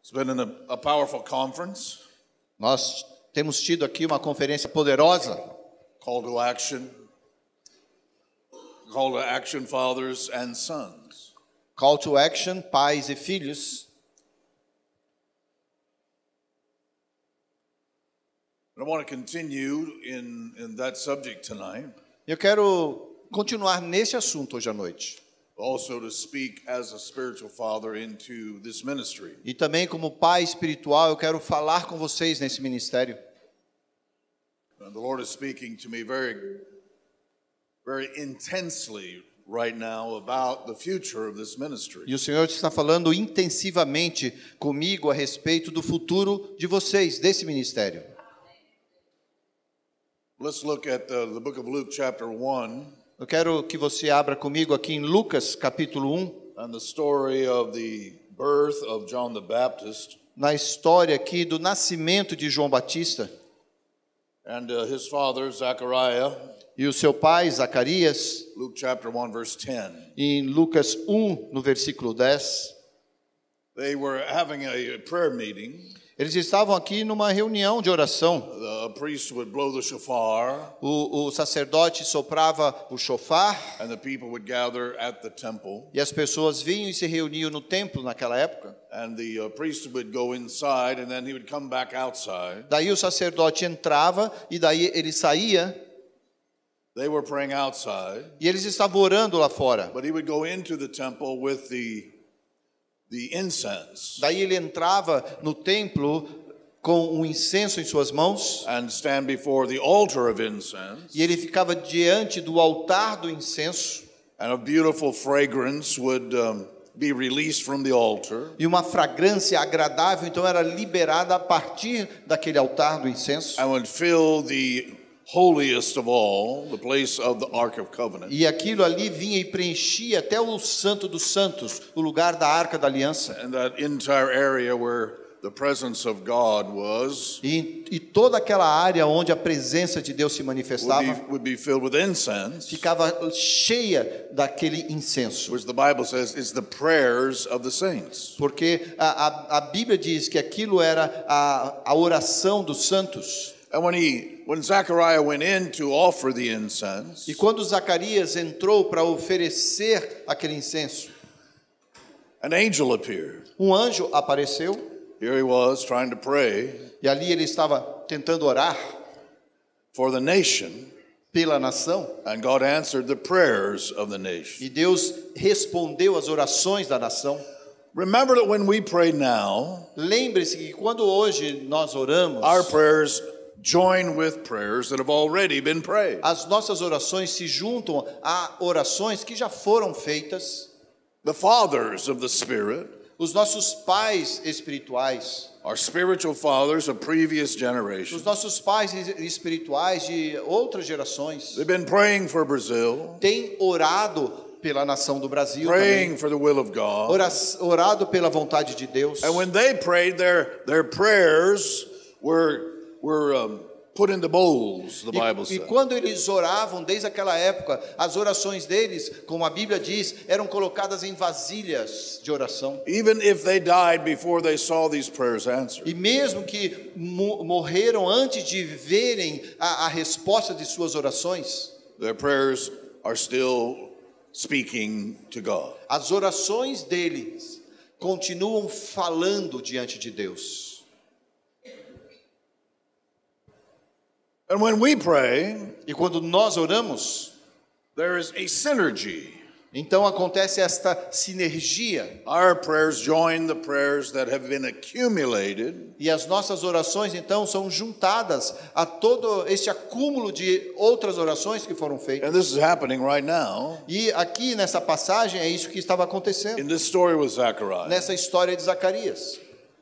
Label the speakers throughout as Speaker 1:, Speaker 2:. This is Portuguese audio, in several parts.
Speaker 1: It's been an, a, a powerful conference
Speaker 2: Nós temos tido aqui uma conferência poderosa,
Speaker 1: call to action, call to action, fathers and sons.
Speaker 2: Call to Action, Pais e Filhos.
Speaker 1: And I want to continue in, in that subject tonight,
Speaker 2: Eu quero continuar nesse assunto hoje à noite.
Speaker 1: also to speak as a spiritual father into this ministry.
Speaker 2: E também, como pai espiritual, eu quero falar com vocês nesse ministério.
Speaker 1: And the Lord is speaking to me very, very intensely right now about the future of this ministry.
Speaker 2: E o Senhor está falando intensivamente comigo a respeito do futuro de vocês, desse ministério.
Speaker 1: Let's look at the, the book of Luke, chapter 1,
Speaker 2: Eu quero que você abra comigo aqui em Lucas, capítulo 1,
Speaker 1: and the story of the birth of John the Baptist
Speaker 2: na história aqui do nascimento de João Batista
Speaker 1: and uh, his father, Zechariah.
Speaker 2: e o seu pai, Zacarias,
Speaker 1: Luke, chapter 1, verse 10.
Speaker 2: em Lucas 1, no versículo 10.
Speaker 1: They were having a prayer meeting.
Speaker 2: Eles estavam aqui numa reunião de oração.
Speaker 1: The priest would blow the shofar,
Speaker 2: O, o sacerdote soprava o chofar
Speaker 1: and the people would gather at the temple.
Speaker 2: e as pessoas vinham e se reuniam no templo naquela época.
Speaker 1: And the uh, priest would go inside, and then he would come back outside.
Speaker 2: Daí o sacerdote entrava e daí ele saía
Speaker 1: They were praying outside,
Speaker 2: e eles estavam orando lá fora.
Speaker 1: but he would go into the temple with the the incense
Speaker 2: Daí ele entrava no templo com um incenso em suas mãos
Speaker 1: and stand before the altar of incense,
Speaker 2: e ele ficava diante do altar do incenso
Speaker 1: and a beautiful fragrance would um, be released from the altar.
Speaker 2: e uma fragrância agradável então era liberada a partir daquele altar do incenso.
Speaker 1: and would fill the holiest of all, the place of the Ark of Covenant.
Speaker 2: E aquilo ali vinha e preenchia até o Santo dos Santos, o lugar da Arca da Aliança.
Speaker 1: And that entire area where the presence of God was
Speaker 2: E, e toda aquela área onde a presença de Deus se
Speaker 1: would be,
Speaker 2: manifestava
Speaker 1: would be filled with incense,
Speaker 2: ficava cheia daquele incenso.
Speaker 1: which the Bible says is the prayers of the saints.
Speaker 2: Porque a, a, a Bíblia diz que aquilo era a, a oração dos santos.
Speaker 1: And when he when Zechariah went in to offer the incense,
Speaker 2: E quando Zacarias entrou para oferecer aquele incenso,
Speaker 1: an angel appeared.
Speaker 2: um anjo apareceu
Speaker 1: Here he was trying to pray
Speaker 2: e ali ele estava tentando orar
Speaker 1: for the nation,
Speaker 2: pela nação.
Speaker 1: and God answered the prayers of the nation.
Speaker 2: E Deus respondeu às orações da nação.
Speaker 1: Remember that when we pray now,
Speaker 2: Lembre-se que quando hoje nós oramos,
Speaker 1: Our prayers join with prayers that have already been prayed.
Speaker 2: as nossas orações se juntam a orações que já foram feitas.
Speaker 1: The fathers of the Spirit,
Speaker 2: Os nossos pais espirituais,
Speaker 1: our spiritual fathers of previous
Speaker 2: os
Speaker 1: generations,
Speaker 2: nossos pais es- espirituais de outras gerações
Speaker 1: they've been praying for Brazil,
Speaker 2: têm orado pela nação do Brasil, também,
Speaker 1: praying for the will of God.
Speaker 2: ora- orado pela vontade de Deus.
Speaker 1: And when they prayed, their, their prayers were, were um, put into bowls, the Bible
Speaker 2: E, e
Speaker 1: says.
Speaker 2: quando eles oravam, desde aquela época, as orações deles, como a Bíblia diz, eram colocadas em vasilhas de oração.
Speaker 1: Even if they died before they saw these prayers answered,
Speaker 2: E mesmo que mo- morreram antes de verem a, a resposta de suas orações,
Speaker 1: their prayers are still speaking to God.
Speaker 2: as orações deles continuam falando diante de Deus.
Speaker 1: And when we pray,
Speaker 2: E quando nós oramos,
Speaker 1: there is a synergy
Speaker 2: então acontece esta sinergia
Speaker 1: Our prayers join the prayers that have been accumulated
Speaker 2: e as nossas orações então são juntadas a todo este acúmulo de outras orações que foram feitas.
Speaker 1: and this is happening right now
Speaker 2: E aqui nessa passagem é isso que estava acontecendo
Speaker 1: in this story with Zechariah.
Speaker 2: nessa história de Zacarias.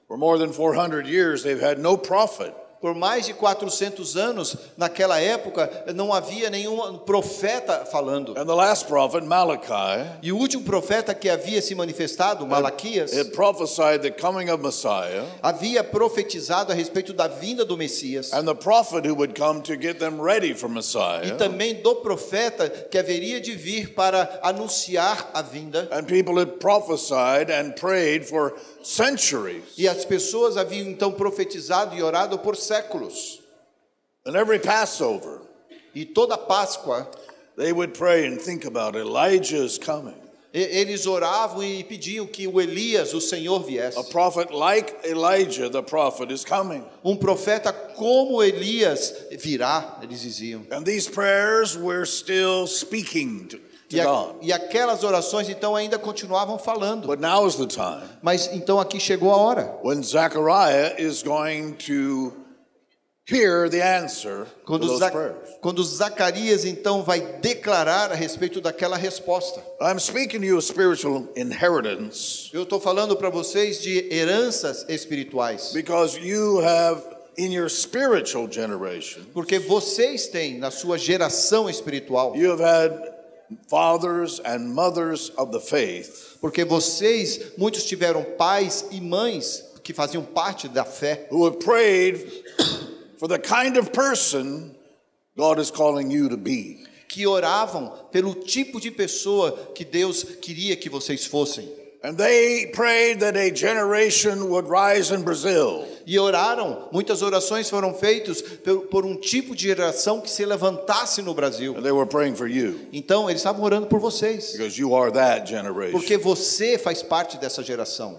Speaker 1: For more than 400 years they've had no prophet
Speaker 2: Por mais de 400 anos, naquela época, não havia nenhum profeta falando.
Speaker 1: And the last prophet, Malachi,
Speaker 2: E o último profeta que havia se manifestado, Malaquias,
Speaker 1: had prophesied the coming of Messiah
Speaker 2: havia profetizado a respeito da vinda do Messias.
Speaker 1: and the prophet who would come to get them ready for
Speaker 2: E
Speaker 1: Messiah.
Speaker 2: também do profeta que haveria de vir para anunciar a vinda.
Speaker 1: And people had prophesied and prayed for centuries.
Speaker 2: E as pessoas haviam então profetizado e orado por séculos.
Speaker 1: And every Passover,
Speaker 2: E toda Páscoa
Speaker 1: they would pray and think about Elijah's coming.
Speaker 2: e- eles oravam e pediam que o Elias, o Senhor, viesse.
Speaker 1: A prophet like Elijah, the prophet, is coming.
Speaker 2: Um profeta como Elias virá, eles diziam.
Speaker 1: And these prayers were still speaking to, to
Speaker 2: E, a-
Speaker 1: God.
Speaker 2: e aquelas orações então ainda continuavam falando.
Speaker 1: But now is the time
Speaker 2: Mas então aqui chegou a hora.
Speaker 1: when Zechariah is going to hear the answer to
Speaker 2: Quando,
Speaker 1: those
Speaker 2: Zac-
Speaker 1: prayers.
Speaker 2: quando Zacarias então vai declarar a respeito daquela resposta.
Speaker 1: I'm speaking to you of spiritual inheritance
Speaker 2: Eu estou falando para vocês de heranças espirituais.
Speaker 1: because you have in your spiritual generation
Speaker 2: Porque vocês têm na sua geração espiritual.
Speaker 1: You have had fathers and mothers of the faith
Speaker 2: Porque vocês, muitos tiveram pais e mães que faziam parte da fé,
Speaker 1: who have prayed for the kind of person God is calling you to be.
Speaker 2: que oravam pelo tipo de pessoa que Deus queria que vocês fossem.
Speaker 1: And they prayed that a generation would rise in Brazil
Speaker 2: E oraram, muitas orações foram feitas por, por um tipo de geração que se levantasse no Brasil.
Speaker 1: and they were praying for you
Speaker 2: Então, eles estavam orando por vocês,
Speaker 1: because you are that generation.
Speaker 2: porque você faz parte dessa geração.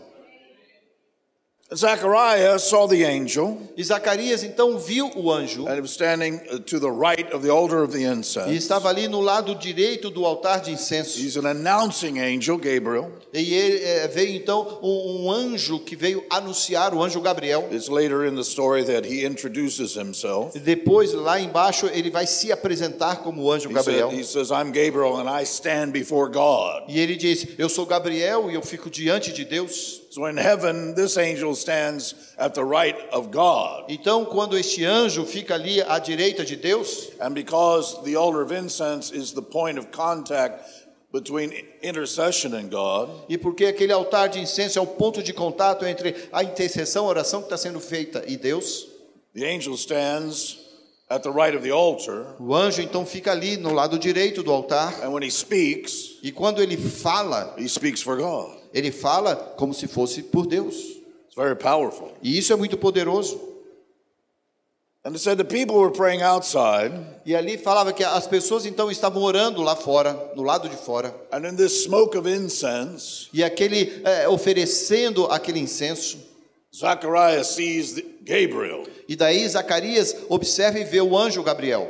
Speaker 1: Zechariah saw the angel
Speaker 2: E Zacarias então viu o anjo
Speaker 1: and he was standing uh, to the right of the altar of the
Speaker 2: e
Speaker 1: incense.
Speaker 2: estava ali no lado direito do altar de incenso.
Speaker 1: He's an announcing angel, Gabriel.
Speaker 2: E ele, eh, veio então um, um anjo que veio anunciar, o anjo Gabriel.
Speaker 1: It's later in the story that he introduces himself.
Speaker 2: Depois, lá embaixo, ele vai se apresentar como o anjo
Speaker 1: He, said-
Speaker 2: Gabriel.
Speaker 1: he says, I'm Gabriel and I stand before God.
Speaker 2: E ele diz: Eu sou Gabriel e eu fico diante de Deus.
Speaker 1: So in heaven, this angel stands at the right of God.
Speaker 2: Então, quando este anjo fica ali à direita de Deus,
Speaker 1: And because the altar of incense is the point of contact between intercession and God,
Speaker 2: e porque aquele altar de incenso é o ponto de contato entre a intercessão, a oração que está sendo feita e Deus,
Speaker 1: the angel stands at the right of the altar.
Speaker 2: o anjo então fica ali no lado direito do altar.
Speaker 1: And when he speaks,
Speaker 2: E quando ele fala,
Speaker 1: he speaks for God.
Speaker 2: ele fala como se fosse por Deus.
Speaker 1: It's very powerful.
Speaker 2: E isso é muito poderoso.
Speaker 1: And it said the people were praying outside,
Speaker 2: E ali falava que as pessoas então estavam orando lá fora, do lado de fora.
Speaker 1: and in this smoke of incense,
Speaker 2: E aquele eh, oferecendo aquele incenso.
Speaker 1: Zechariah sees the- Gabriel.
Speaker 2: E daí Zacarias observa e vê o anjo Gabriel.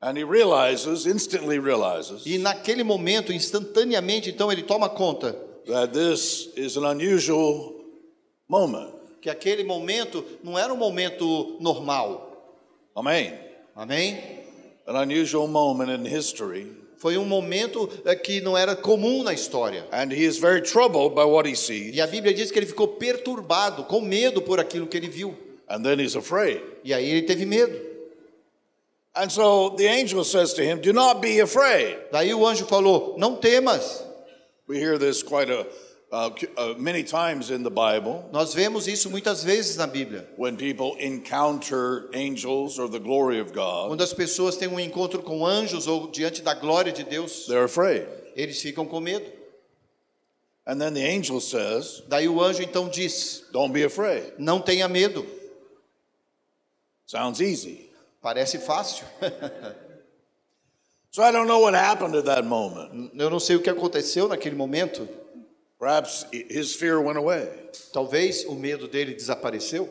Speaker 1: And he realizes, instantly realizes,
Speaker 2: E naquele momento, instantaneamente, então ele toma conta
Speaker 1: that this is an unusual moment.
Speaker 2: que aquele momento não era um momento normal.
Speaker 1: Amen.
Speaker 2: Amém?
Speaker 1: An unusual moment in history.
Speaker 2: Foi um momento eh, que não era comum na história.
Speaker 1: And he is very troubled by what he sees.
Speaker 2: E a Bíblia diz que ele ficou perturbado, com medo por aquilo que ele viu.
Speaker 1: And then he's afraid.
Speaker 2: E aí ele teve medo.
Speaker 1: And so the angel says to him, Do not be afraid.
Speaker 2: Daí o anjo falou: Não temas.
Speaker 1: We hear this quite a, uh, c- uh, many times in the Bible
Speaker 2: Nós vemos isso muitas vezes na Bíblia.
Speaker 1: when people encounter angels or the glory of God,
Speaker 2: Quando as pessoas têm um encontro com anjos ou diante da glória de Deus,
Speaker 1: they're afraid.
Speaker 2: eles ficam com medo.
Speaker 1: And then the angel says,
Speaker 2: Daí o anjo então diz:
Speaker 1: Don't be afraid.
Speaker 2: Não tenha medo.
Speaker 1: Sounds easy.
Speaker 2: Parece fácil.
Speaker 1: So I don't know what happened at that moment.
Speaker 2: Eu não sei o que aconteceu naquele momento.
Speaker 1: Perhaps i- his fear went away.
Speaker 2: Talvez o medo dele desapareceu.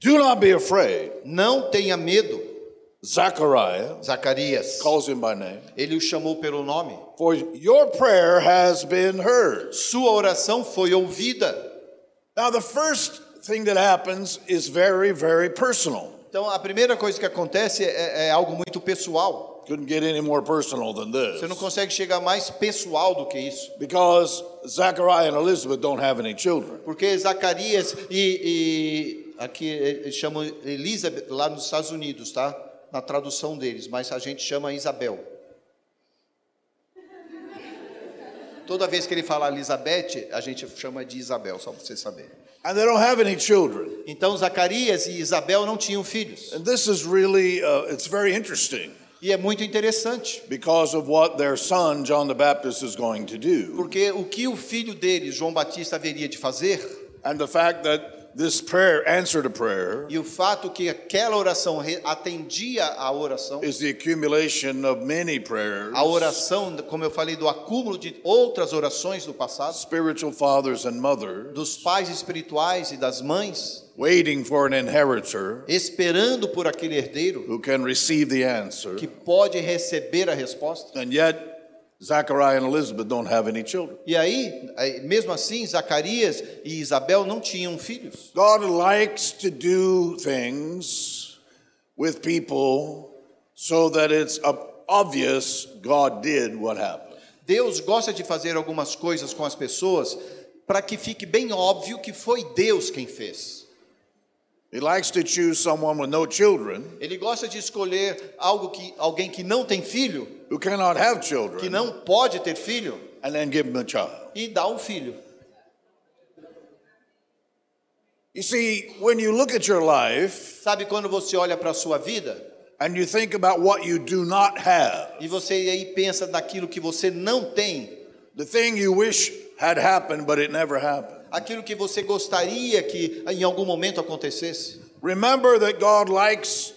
Speaker 1: Do not be afraid.
Speaker 2: Não tenha medo,
Speaker 1: Zechariah
Speaker 2: Zacarias.
Speaker 1: calls him by name.
Speaker 2: Ele o chamou pelo nome.
Speaker 1: For your prayer has been heard.
Speaker 2: Sua oração foi ouvida.
Speaker 1: Now, the first thing that happens is very, very personal.
Speaker 2: Então, a primeira coisa que acontece é, é algo muito pessoal.
Speaker 1: Couldn't get any more personal than
Speaker 2: Você não
Speaker 1: this.
Speaker 2: consegue chegar mais pessoal do que isso.
Speaker 1: Because Zachariah and Elizabeth don't have any children.
Speaker 2: Porque Zacarias e, e aqui eh, eles chamam Elizabeth lá nos Estados Unidos, tá? Na tradução deles, mas a gente chama Isabel. Toda vez que ele fala Elizabeth, a gente chama de Isabel, só para você saber.
Speaker 1: And they don't have any children.
Speaker 2: Então Zacarias e Isabel não tinham filhos.
Speaker 1: And this is really, uh, it's very interesting
Speaker 2: E é muito interessante,
Speaker 1: because of what their son, John the Baptist, is going to do.
Speaker 2: porque o que o filho deles, João Batista, haveria de fazer,
Speaker 1: And the fact that this prayer, answer to prayer,
Speaker 2: e o fato que aquela oração re- atendia à oração,
Speaker 1: is the accumulation of many prayers,
Speaker 2: A oração, como eu falei, do acúmulo de outras orações do passado,
Speaker 1: spiritual fathers and mothers,
Speaker 2: dos pais espirituais e das mães,
Speaker 1: waiting for an inheritor
Speaker 2: esperando por aquele herdeiro
Speaker 1: who can receive the answer.
Speaker 2: que pode receber a resposta.
Speaker 1: And yet, Zachariah and Elizabeth don't have any children.
Speaker 2: E aí, aí, mesmo assim, Zacarias e Isabel não tinham filhos.
Speaker 1: God likes to do things with people so that it's ob- obvious God did what happened.
Speaker 2: Deus gosta de fazer algumas coisas com as pessoas para que fique bem óbvio que foi Deus quem fez.
Speaker 1: He likes to choose someone with no children
Speaker 2: Ele gosta de escolher algo que alguém que não tem filho,
Speaker 1: who cannot have
Speaker 2: que
Speaker 1: children
Speaker 2: não pode ter filho,
Speaker 1: and then give them a child.
Speaker 2: e dá um filho.
Speaker 1: You see, when you look at your life
Speaker 2: Sabe quando você olha para a sua vida
Speaker 1: and you think about what you do not have,
Speaker 2: e você aí pensa naquilo que você não tem,
Speaker 1: the thing you wish had happened but it never happened.
Speaker 2: aquilo que você gostaria que em algum momento acontecesse.
Speaker 1: Remember that God likes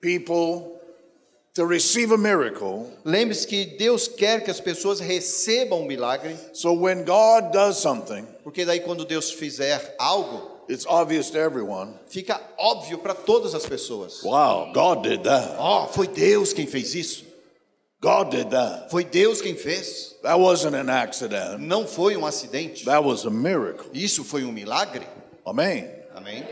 Speaker 1: people to receive a miracle
Speaker 2: Lembre-se que Deus quer que as pessoas recebam um milagre,
Speaker 1: So when God does something,
Speaker 2: porque daí quando Deus fizer algo,
Speaker 1: it's obvious to everyone.
Speaker 2: fica óbvio para todas as pessoas.
Speaker 1: Wow, God did that.
Speaker 2: Ó, foi Deus quem fez isso.
Speaker 1: God did that.
Speaker 2: Foi Deus quem fez.
Speaker 1: That wasn't an accident.
Speaker 2: Não foi um acidente.
Speaker 1: That was a miracle.
Speaker 2: Isso foi um milagre.
Speaker 1: Amen.
Speaker 2: Amém.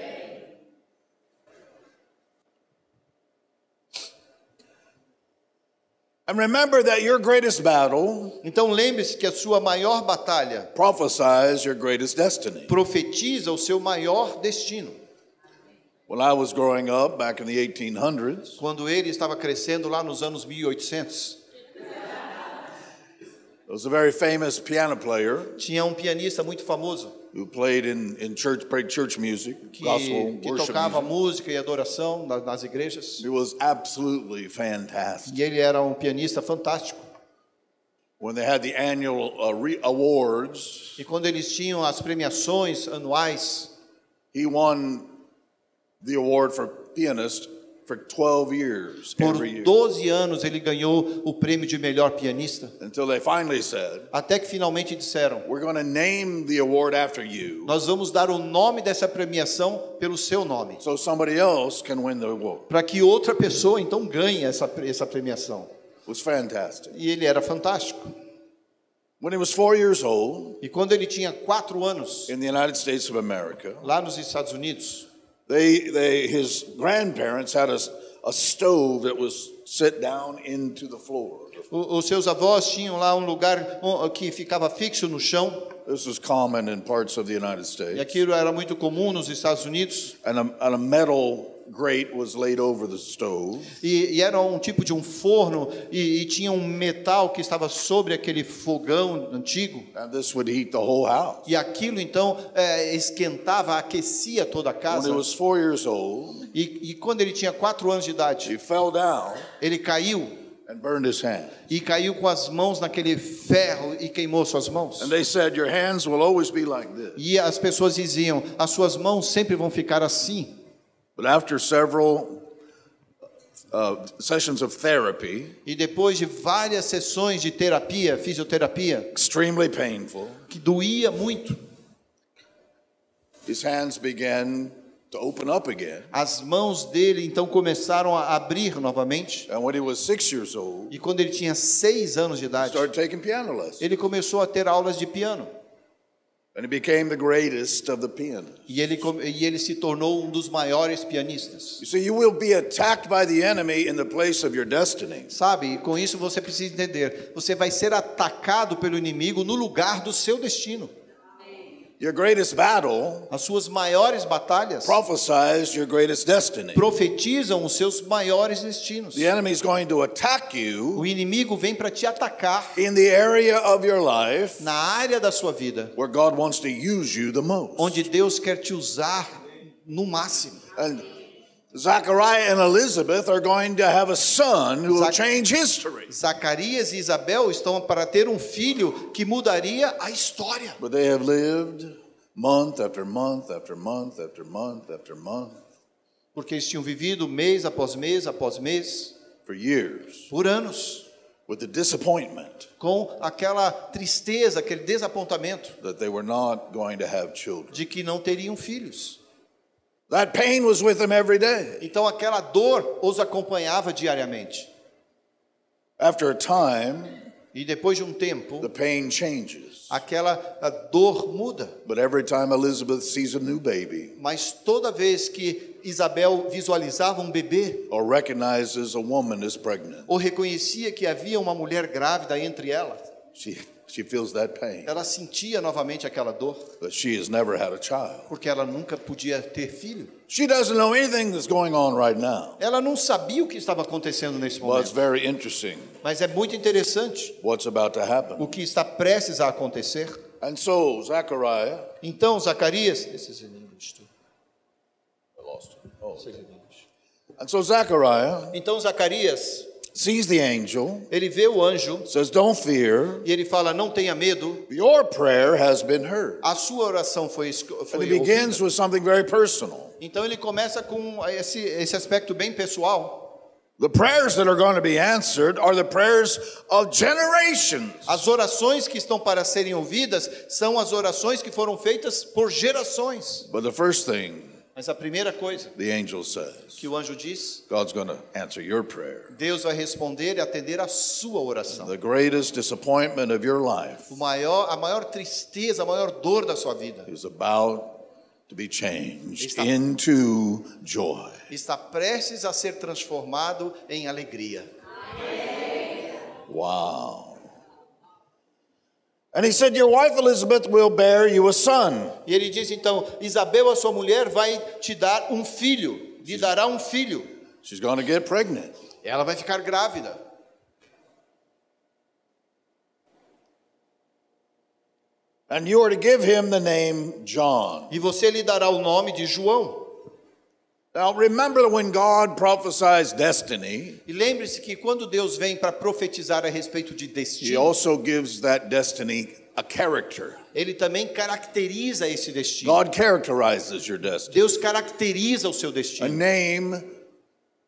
Speaker 1: And remember that your greatest battle
Speaker 2: Então lembre-se que a sua maior batalha
Speaker 1: prophesies your greatest destiny.
Speaker 2: profetiza o seu maior destino.
Speaker 1: When I was growing up back in the 1800s,
Speaker 2: quando ele estava crescendo lá nos anos 1800.
Speaker 1: there was a very famous piano player
Speaker 2: Tinha um pianista muito famoso
Speaker 1: who played in, in church, played church music,
Speaker 2: que,
Speaker 1: gospel
Speaker 2: que
Speaker 1: worship
Speaker 2: tocava
Speaker 1: music.
Speaker 2: música e adoração na- nas igrejas.
Speaker 1: He was absolutely fantastic.
Speaker 2: E ele era um pianista fantástico.
Speaker 1: When they had the annual uh, re- awards,
Speaker 2: E quando eles tinham as premiações anuais,
Speaker 1: He won the award for pianist for 12 years
Speaker 2: por
Speaker 1: every year
Speaker 2: 12 anos ele ganhou o prêmio de melhor pianista.
Speaker 1: until they finally said,
Speaker 2: Até que finalmente disseram:
Speaker 1: "We're going to name the award after you,
Speaker 2: Nós vamos dar o nome dessa premiação pelo seu nome,
Speaker 1: so somebody else can win the award."
Speaker 2: para que outra pessoa então ganhe essa, pre- essa premiação.
Speaker 1: It was fantastic.
Speaker 2: E ele era fantástico.
Speaker 1: When he was four years old
Speaker 2: E quando ele tinha 4 anos,
Speaker 1: in the United States of America,
Speaker 2: lá nos Estados Unidos,
Speaker 1: they, they his grandparents had a, s- a stove that was set down into the floor.
Speaker 2: o- os seus avós tinham lá um lugar o- que ficava fixo no chão,
Speaker 1: This was common in parts of the United
Speaker 2: e
Speaker 1: States,
Speaker 2: aquilo era muito comum nos Estados Unidos,
Speaker 1: and a, and a metal grate was laid over the stove.
Speaker 2: e, e era um tipo de um forno, e, e tinha um metal que estava sobre aquele fogão antigo,
Speaker 1: And this would heat the whole house.
Speaker 2: e aquilo então eh, esquentava, aquecia toda a
Speaker 1: When he
Speaker 2: casa.
Speaker 1: was four years old,
Speaker 2: E, e quando ele tinha quatro anos de
Speaker 1: he
Speaker 2: idade,
Speaker 1: fell down
Speaker 2: ele caiu.
Speaker 1: and burned his hand.
Speaker 2: E caiu com as mãos naquele ferro e queimou suas mãos.
Speaker 1: And they said, Your hands will always be like this.
Speaker 2: E as pessoas diziam: as suas mãos sempre vão ficar assim.
Speaker 1: But after several uh, sessions of therapy,
Speaker 2: E depois de várias sessões de terapia, fisioterapia,
Speaker 1: extremely painful,
Speaker 2: que doía muito,
Speaker 1: his hands began to open up again.
Speaker 2: as mãos dele então começaram a abrir novamente.
Speaker 1: And when he was six years old,
Speaker 2: E quando ele tinha seis anos de
Speaker 1: he
Speaker 2: idade,
Speaker 1: started taking piano lessons.
Speaker 2: ele começou a ter aulas de piano.
Speaker 1: And he became the greatest of the pianists.
Speaker 2: E ele, com- e ele se tornou um dos maiores pianistas.
Speaker 1: You see, you will be attacked by the enemy in the place of your destiny.
Speaker 2: Sabe, com isso você precisa entender: você vai ser atacado pelo inimigo no lugar do seu destino.
Speaker 1: Your greatest battle
Speaker 2: As suas maiores batalhas
Speaker 1: prophesies your greatest destiny.
Speaker 2: profetizam os seus maiores destinos.
Speaker 1: The enemy is going to attack you
Speaker 2: O inimigo vem para te atacar
Speaker 1: in the area of your life
Speaker 2: na área da sua vida,
Speaker 1: where God wants to use you the most.
Speaker 2: onde Deus quer te usar no máximo.
Speaker 1: And Zachariah and Elizabeth are going to have a son who will
Speaker 2: Zac-
Speaker 1: change history.
Speaker 2: Zacarias e Isabel estão para ter um filho que mudaria a história.
Speaker 1: But they have lived month after month after month after month after month
Speaker 2: Porque eles tinham vivido mês após mês após mês,
Speaker 1: for years
Speaker 2: por anos,
Speaker 1: with the disappointment
Speaker 2: com aquela tristeza, aquele desapontamento
Speaker 1: that they were not going to have children.
Speaker 2: de que não teriam filhos.
Speaker 1: That pain was with them every day.
Speaker 2: Então aquela dor os acompanhava diariamente.
Speaker 1: After a time,
Speaker 2: E depois de um
Speaker 1: the
Speaker 2: tempo,
Speaker 1: pain changes.
Speaker 2: aquela a dor muda.
Speaker 1: But every time Elizabeth sees a new baby
Speaker 2: Mas toda vez que Isabel visualizava um bebê
Speaker 1: or recognizes a woman is pregnant,
Speaker 2: ou reconhecia que havia uma mulher grávida entre elas,
Speaker 1: she, she feels that pain.
Speaker 2: ela sentia novamente aquela dor,
Speaker 1: But she has never had a child.
Speaker 2: porque ela nunca podia ter filho.
Speaker 1: She doesn't know anything that's going on right now.
Speaker 2: Ela não sabia o que estava acontecendo nesse
Speaker 1: Well, it's
Speaker 2: momento,
Speaker 1: very interesting
Speaker 2: mas é muito interessante
Speaker 1: what's about to happen.
Speaker 2: o que está prestes a acontecer.
Speaker 1: And so, Zechariah,
Speaker 2: Então, Zacarias, é this is in English too.
Speaker 1: I lost him. Oh.
Speaker 2: This is in English.
Speaker 1: And so Zechariah
Speaker 2: Então, Zacarias,
Speaker 1: sees the angel,
Speaker 2: ele vê o anjo
Speaker 1: says, Don't fear,
Speaker 2: e ele fala: "Não tenha medo,
Speaker 1: your prayer has been heard.
Speaker 2: a sua oração foi esco-
Speaker 1: And
Speaker 2: foi
Speaker 1: it
Speaker 2: ouvida."
Speaker 1: begins with something very personal.
Speaker 2: Então ele começa com esse, esse aspecto bem pessoal.
Speaker 1: The prayers that are going to be answered are the prayers of generations.
Speaker 2: As orações que estão para serem ouvidas são as orações que foram feitas por gerações.
Speaker 1: But the first thing
Speaker 2: Mas a primeira coisa
Speaker 1: the angel says,
Speaker 2: que o anjo diz,
Speaker 1: God's going to answer your prayer.
Speaker 2: Deus vai responder e atender a sua oração.
Speaker 1: The greatest disappointment of your life
Speaker 2: O maior, a maior tristeza, a maior dor da sua vida
Speaker 1: is about to be changed
Speaker 2: Está-
Speaker 1: into joy.
Speaker 2: está prestes a ser transformado em alegria.
Speaker 1: Wow. And he said, Your wife Elizabeth will bear you a son.
Speaker 2: E ele diz então: Isabel, a sua mulher, vai te dar um filho, lhe dará um filho.
Speaker 1: She's going to get pregnant.
Speaker 2: Ela vai ficar grávida.
Speaker 1: And you are to give him the name John.
Speaker 2: E você lhe dará o nome de João.
Speaker 1: Now, remember when God prophesies destiny,
Speaker 2: E lembre-se que quando Deus vem para profetizar a respeito de
Speaker 1: he
Speaker 2: destino,
Speaker 1: also gives that destiny a character.
Speaker 2: ele também caracteriza esse destino.
Speaker 1: God characterizes your destiny.
Speaker 2: Deus caracteriza o seu
Speaker 1: A
Speaker 2: destino.
Speaker 1: name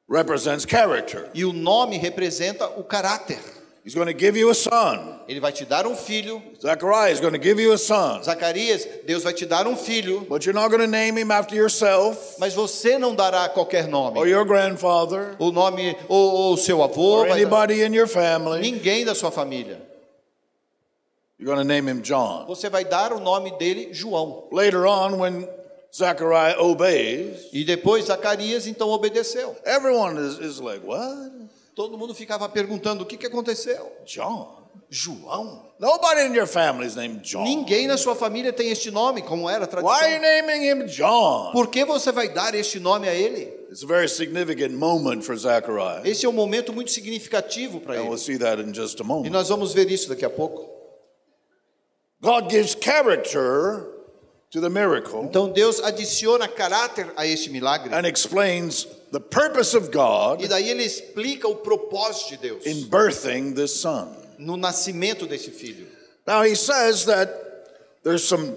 Speaker 1: represents character.
Speaker 2: E o nome representa o caráter.
Speaker 1: He's going to give you a son.
Speaker 2: Ele vai te dar um filho.
Speaker 1: Zechariah is going to give you a son.
Speaker 2: Zacarias, Deus vai te dar um filho,
Speaker 1: But you're not going to name him after yourself
Speaker 2: mas você não dará qualquer
Speaker 1: or
Speaker 2: nome.
Speaker 1: your grandfather
Speaker 2: O nome ou, ou o seu avô,
Speaker 1: or
Speaker 2: vai dar-
Speaker 1: anybody in your family.
Speaker 2: ninguém da sua família.
Speaker 1: You're going to name him John.
Speaker 2: Você vai dar o nome dele João.
Speaker 1: Later on, when Zechariah obeys,
Speaker 2: E depois Zacarias então obedeceu.
Speaker 1: everyone is, is like, What?
Speaker 2: Todo mundo ficava perguntando o que, que aconteceu.
Speaker 1: John?
Speaker 2: João?
Speaker 1: Nobody in your family is named John.
Speaker 2: Ninguém na sua família tem este nome, como era a
Speaker 1: Why are you
Speaker 2: tradição.
Speaker 1: naming him John?
Speaker 2: Por que você vai dar este nome a ele?
Speaker 1: It's a very significant moment for Zechariah.
Speaker 2: Esse é um momento muito significativo para
Speaker 1: And we'll
Speaker 2: ele.
Speaker 1: see that in just a
Speaker 2: E
Speaker 1: moment.
Speaker 2: nós vamos ver isso daqui a pouco.
Speaker 1: God gives character to the miracle
Speaker 2: Então Deus adiciona caráter a este milagre.
Speaker 1: and explains the purpose of God
Speaker 2: E daí ele explica o propósito de Deus
Speaker 1: in birthing this son.
Speaker 2: no nascimento desse filho.
Speaker 1: Now he says that there's some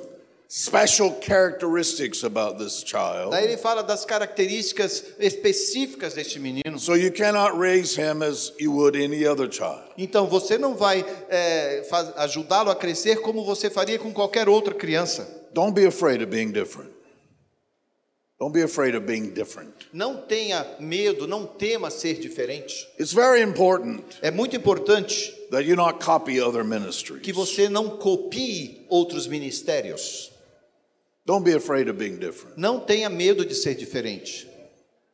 Speaker 1: special characteristics about this child.
Speaker 2: Daí ele fala das características específicas deste menino.
Speaker 1: So you cannot raise him as you would any other child.
Speaker 2: Então você não vai é, faz- ajudá-lo a crescer como você faria com qualquer outra criança.
Speaker 1: Don't be afraid of being different. Don't be afraid of being different.
Speaker 2: Não tenha medo, não tema ser diferente.
Speaker 1: It's very important
Speaker 2: É muito importante
Speaker 1: that you not copy other ministries.
Speaker 2: que você não copie outros ministérios.
Speaker 1: Don't be afraid of being different.
Speaker 2: Não tenha medo de ser diferente.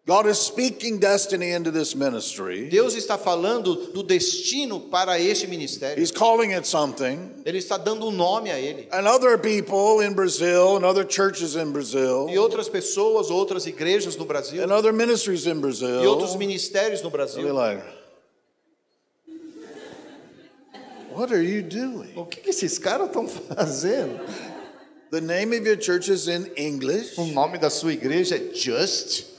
Speaker 1: God is speaking destiny into this ministry.
Speaker 2: Deus está falando do destino para este ministério.
Speaker 1: He's calling it something.
Speaker 2: Ele está dando um nome a ele.
Speaker 1: And other people in Brazil and other churches in Brazil
Speaker 2: E outras pessoas, outras igrejas no Brasil,
Speaker 1: and other ministries in
Speaker 2: e outros
Speaker 1: Brazil
Speaker 2: ministérios
Speaker 1: They'll
Speaker 2: no
Speaker 1: be
Speaker 2: Brasil.
Speaker 1: like, what are you doing?
Speaker 2: O que, que esses caras estão fazendo?
Speaker 1: The name of your church is in English.
Speaker 2: O nome da sua igreja é Just?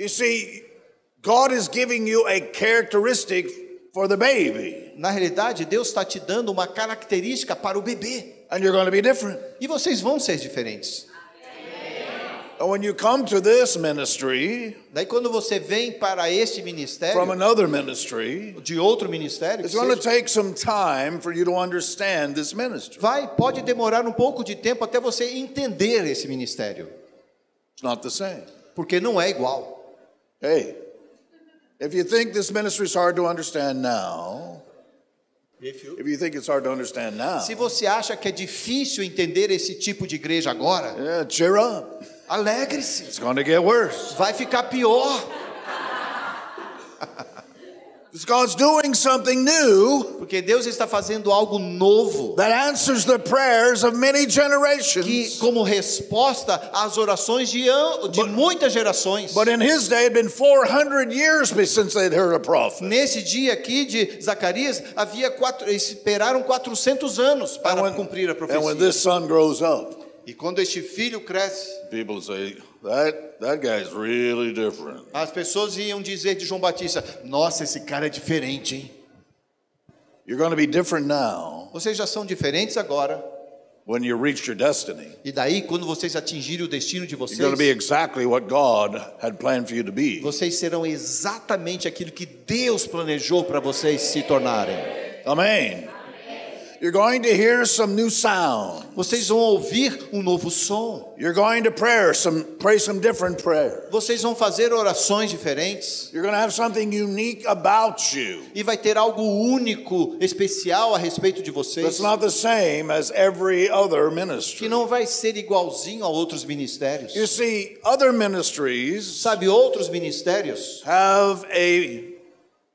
Speaker 1: You see, God is giving you a characteristic for the baby,
Speaker 2: Na realidade, Deus está te dando uma característica para o bebê.
Speaker 1: and you're going to be different.
Speaker 2: E vocês vão ser diferentes.
Speaker 1: And when you come to this ministry
Speaker 2: Daí, quando você vem para este ministério,
Speaker 1: from another ministry,
Speaker 2: de outro ministério, que
Speaker 1: it's going to
Speaker 2: seja,
Speaker 1: take some time for you to understand this ministry.
Speaker 2: vai, pode demorar um pouco de tempo até você entender esse ministério.
Speaker 1: It's not the same.
Speaker 2: Porque não é igual.
Speaker 1: Hey, if you think this ministry is hard to understand now, if you think it's hard to understand now,
Speaker 2: Se você acha que é difícil entender esse tipo de igreja agora,
Speaker 1: yeah, cheer up.
Speaker 2: alegre-se.
Speaker 1: It's going to get worse.
Speaker 2: Vai ficar pior,
Speaker 1: Because God's doing something new
Speaker 2: porque Deus está fazendo algo novo.
Speaker 1: that answers the prayers of many
Speaker 2: que
Speaker 1: generations.
Speaker 2: como resposta às orações de, an- de muitas gerações.
Speaker 1: But in his day, it had been 400 years be- since they'd heard a prophet.
Speaker 2: Nesse dia aqui de Zacarias, havia quatro, esperaram 400 anos
Speaker 1: É um
Speaker 2: para cumprir a
Speaker 1: and when
Speaker 2: profecia.
Speaker 1: this son grows up,
Speaker 2: E quando este filho cresce,
Speaker 1: people say, that, that guy's really different.
Speaker 2: as pessoas iam dizer de João Batista: Nossa, esse cara é diferente, hein?
Speaker 1: You're going to be different now
Speaker 2: Vocês já são diferentes agora.
Speaker 1: when you reach your destiny.
Speaker 2: E daí, quando vocês atingirem o destino de
Speaker 1: You're going to be
Speaker 2: vocês,
Speaker 1: exactly what God had planned for you to be.
Speaker 2: vocês serão exatamente aquilo que Deus planejou para vocês se tornarem.
Speaker 1: Amen. You're going to hear some new sound.
Speaker 2: Vocês vão ouvir um novo som.
Speaker 1: You're going to prayer some pray some different prayer.
Speaker 2: Vocês vão fazer orações diferentes
Speaker 1: You're going to have something unique about you.
Speaker 2: e vai ter algo único, especial a respeito de vocês,
Speaker 1: That's not the same as every other
Speaker 2: que
Speaker 1: ministry.
Speaker 2: não vai ser igualzinho a outros ministérios.
Speaker 1: You see, other ministries
Speaker 2: Sabe, outros ministérios
Speaker 1: have a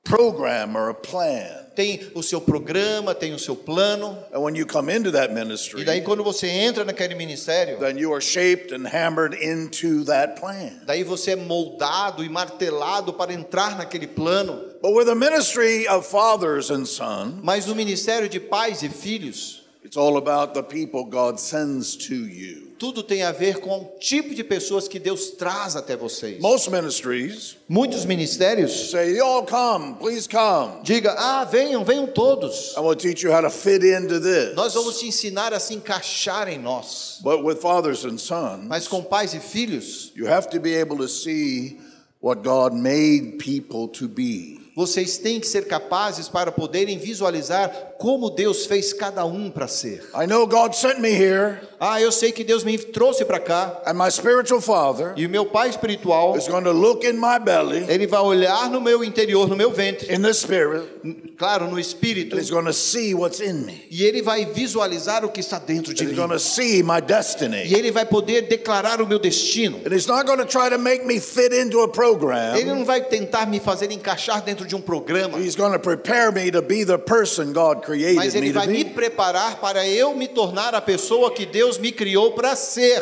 Speaker 1: program or a plan.
Speaker 2: têm o seu programa, têm o seu plano,
Speaker 1: And when you come into that
Speaker 2: e daí
Speaker 1: ministry,
Speaker 2: quando você entra naquele ministério,
Speaker 1: then you are shaped and hammered into that plan.
Speaker 2: daí você é moldado e martelado para entrar naquele plano.
Speaker 1: But with a ministry of fathers and sons,
Speaker 2: Mas no ministério de pais e filhos,
Speaker 1: it's all about the people God sends to you.
Speaker 2: tudo tem a ver com o tipo de pessoas que Deus traz até vocês.
Speaker 1: Most ministries
Speaker 2: Muitos ministérios
Speaker 1: say, Y'all come, please come.
Speaker 2: Diga, ah, venham, venham todos.
Speaker 1: And we'll teach you how to fit into this.
Speaker 2: Nós vamos te ensinar a se encaixar em nós.
Speaker 1: But with fathers and sons,
Speaker 2: Mas com pais e filhos,
Speaker 1: You have to be able to see what God made people to be.
Speaker 2: vocês têm que ser capazes para poderem visualizar como Deus fez cada um para ser.
Speaker 1: I know God sent me here,
Speaker 2: Ah, eu sei que Deus me trouxe para cá
Speaker 1: and my spiritual father
Speaker 2: e o meu pai espiritual,
Speaker 1: is going to look in my belly,
Speaker 2: ele vai olhar no meu interior, no meu ventre,
Speaker 1: in the spirit,
Speaker 2: claro, no
Speaker 1: and
Speaker 2: espírito,
Speaker 1: he's going to see what's in me.
Speaker 2: e ele vai visualizar o que está dentro de
Speaker 1: He's
Speaker 2: mim.
Speaker 1: going to see my
Speaker 2: E
Speaker 1: destiny.
Speaker 2: ele vai poder declarar o meu destino.
Speaker 1: And he's not going to try to make me fit into a
Speaker 2: Ele
Speaker 1: program.
Speaker 2: não vai tentar me fazer encaixar dentro de um programa.
Speaker 1: He's going to prepare me to be the person God created
Speaker 2: Mas
Speaker 1: me
Speaker 2: ele
Speaker 1: to
Speaker 2: vai me
Speaker 1: be.
Speaker 2: preparar para eu me tornar a pessoa que Deus me criou para ser.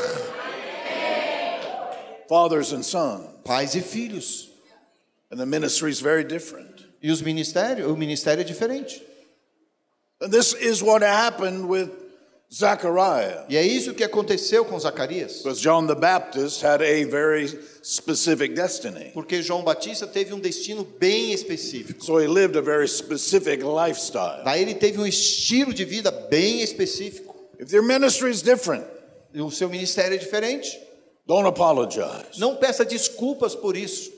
Speaker 1: Fathers and sons.
Speaker 2: Pais e filhos.
Speaker 1: And the ministry is very different.
Speaker 2: E os ministérios, o ministério é diferente.
Speaker 1: And this is what happened with Zechariah.
Speaker 2: E é isso que aconteceu com Zacarias.
Speaker 1: Because John the Baptist had a very specific destiny.
Speaker 2: Porque João Batista teve um destino bem específico.
Speaker 1: So he lived a very specific lifestyle.
Speaker 2: Daí ele teve um estilo de vida bem específico.
Speaker 1: If your ministry is different,
Speaker 2: E o seu ministério é diferente.
Speaker 1: don't apologize.
Speaker 2: Não peça desculpas por isso.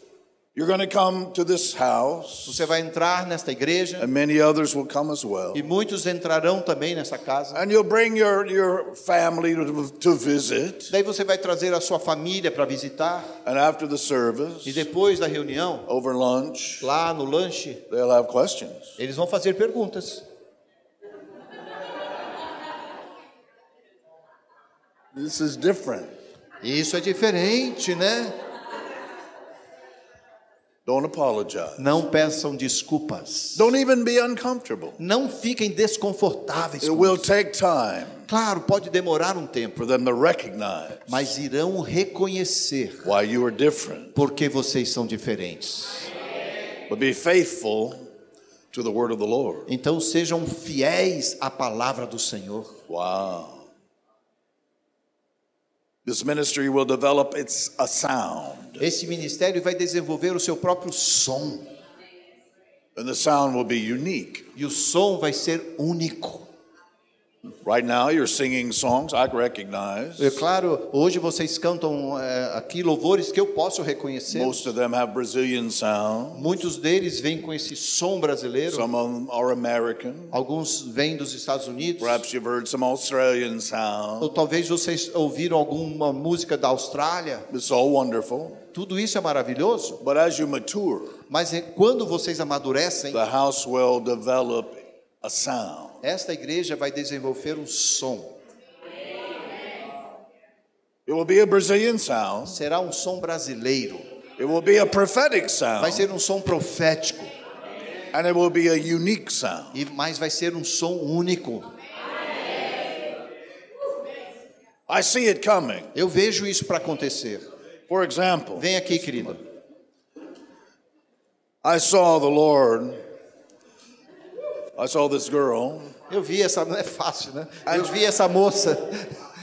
Speaker 1: You're going to come to this house,
Speaker 2: Você vai entrar nesta igreja
Speaker 1: and many others will come as well.
Speaker 2: e muitos entrarão também nessa casa.
Speaker 1: And you'll bring your, your family to, to visit.
Speaker 2: Daí você vai trazer a sua família para visitar
Speaker 1: And after the
Speaker 2: e
Speaker 1: service,
Speaker 2: depois da reunião,
Speaker 1: over lunch,
Speaker 2: lá no lanche,
Speaker 1: they'll have questions.
Speaker 2: eles vão fazer perguntas.
Speaker 1: This is different.
Speaker 2: Isso é diferente, né?
Speaker 1: Don't apologize.
Speaker 2: Não peçam desculpas.
Speaker 1: Don't even be uncomfortable.
Speaker 2: Não fiquem desconfortáveis.
Speaker 1: It
Speaker 2: com
Speaker 1: will
Speaker 2: isso.
Speaker 1: take time
Speaker 2: Claro, pode demorar um tempo,
Speaker 1: for them to recognize
Speaker 2: mas irão reconhecer
Speaker 1: why you are different.
Speaker 2: porque vocês são diferentes.
Speaker 1: But be faithful to the word of the Lord.
Speaker 2: Então sejam fiéis à palavra do Senhor.
Speaker 1: Wow. This ministry will develop its a sound,
Speaker 2: Esse ministério vai desenvolver o seu próprio som
Speaker 1: and the sound will be unique.
Speaker 2: e o som vai ser único.
Speaker 1: Right now, you're singing songs I recognize.
Speaker 2: É claro, hoje vocês cantam é, aqui louvores que eu posso reconhecer.
Speaker 1: Most of them have Brazilian sound.
Speaker 2: Muitos deles vêm com esse som brasileiro.
Speaker 1: Some of them are American.
Speaker 2: Alguns vêm dos Estados Unidos.
Speaker 1: Perhaps you've heard some Australian sound.
Speaker 2: Ou talvez vocês ouviram alguma música da Austrália.
Speaker 1: It's all wonderful.
Speaker 2: Tudo isso é maravilhoso,
Speaker 1: But as you mature,
Speaker 2: mas é quando vocês amadurecem,
Speaker 1: the house will develop a sound.
Speaker 2: esta igreja vai desenvolver um som.
Speaker 1: It will be a Brazilian sound.
Speaker 2: Será um som brasileiro.
Speaker 1: It will be a prophetic
Speaker 2: Vai
Speaker 1: sound.
Speaker 2: ser um som profético.
Speaker 1: And it will be a unique sound.
Speaker 2: E mas vai ser um som único.
Speaker 1: I see it coming.
Speaker 2: Eu vejo isso para acontecer.
Speaker 1: For example,
Speaker 2: Vem aqui, querida.
Speaker 1: I saw the Lord. I saw this girl,
Speaker 2: Eu vi essa, não é fácil, né? Eu vi essa moça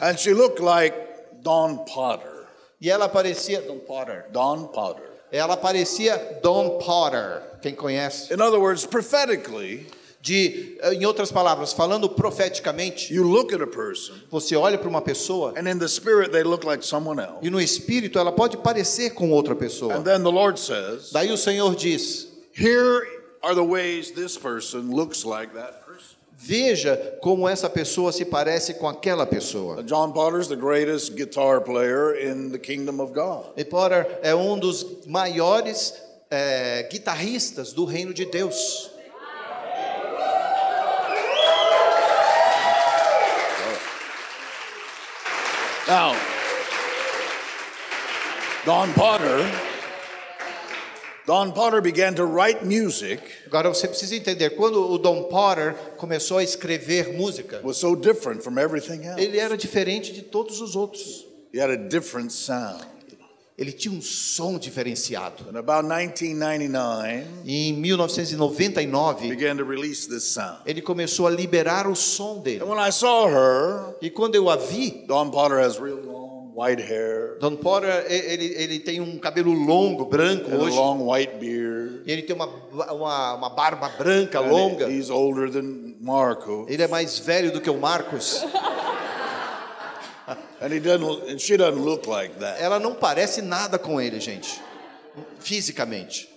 Speaker 1: and she looked like Don Potter.
Speaker 2: e ela parecia Don Potter.
Speaker 1: Don Potter.
Speaker 2: Ela parecia Don Potter, quem conhece.
Speaker 1: In other words, prophetically,
Speaker 2: De, em outras palavras, falando profeticamente,
Speaker 1: you look at a person,
Speaker 2: você olha para uma pessoa
Speaker 1: and in the spirit, they look like someone else.
Speaker 2: e no espírito ela pode parecer com outra pessoa.
Speaker 1: And then the Lord says,
Speaker 2: Daí o Senhor diz:
Speaker 1: Here are the ways this person looks like that person.
Speaker 2: Veja como essa pessoa se parece com aquela pessoa.
Speaker 1: John Potter's the greatest guitar player in the kingdom of God.
Speaker 2: E Potter é um dos maiores eh, guitarristas do reino de Deus.
Speaker 1: Now, Don Potter, Don Potter began to write music
Speaker 2: Agora você precisa entender, quando o Don Potter começou a escrever música,
Speaker 1: was so different from everything else.
Speaker 2: ele era diferente de todos os outros.
Speaker 1: He had a different sound.
Speaker 2: Ele tinha um som diferenciado.
Speaker 1: And about 1999,
Speaker 2: E
Speaker 1: he
Speaker 2: em 1999,
Speaker 1: began to release this sound.
Speaker 2: ele começou a liberar o som
Speaker 1: And
Speaker 2: dele.
Speaker 1: when I saw her,
Speaker 2: E quando eu a vi,
Speaker 1: Don Potter has real long white hair
Speaker 2: Don Potter, e- ele, ele tem um cabelo longo, branco
Speaker 1: and a
Speaker 2: hoje.
Speaker 1: long white beard.
Speaker 2: E ele tem uma, uma, uma barba branca,
Speaker 1: And
Speaker 2: longa.
Speaker 1: He's older than Marco,
Speaker 2: Ele é mais velho do que o Marcos.
Speaker 1: and he doesn't. And she doesn't look like that.
Speaker 2: Ela não parece nada com ele, gente. Fisicamente.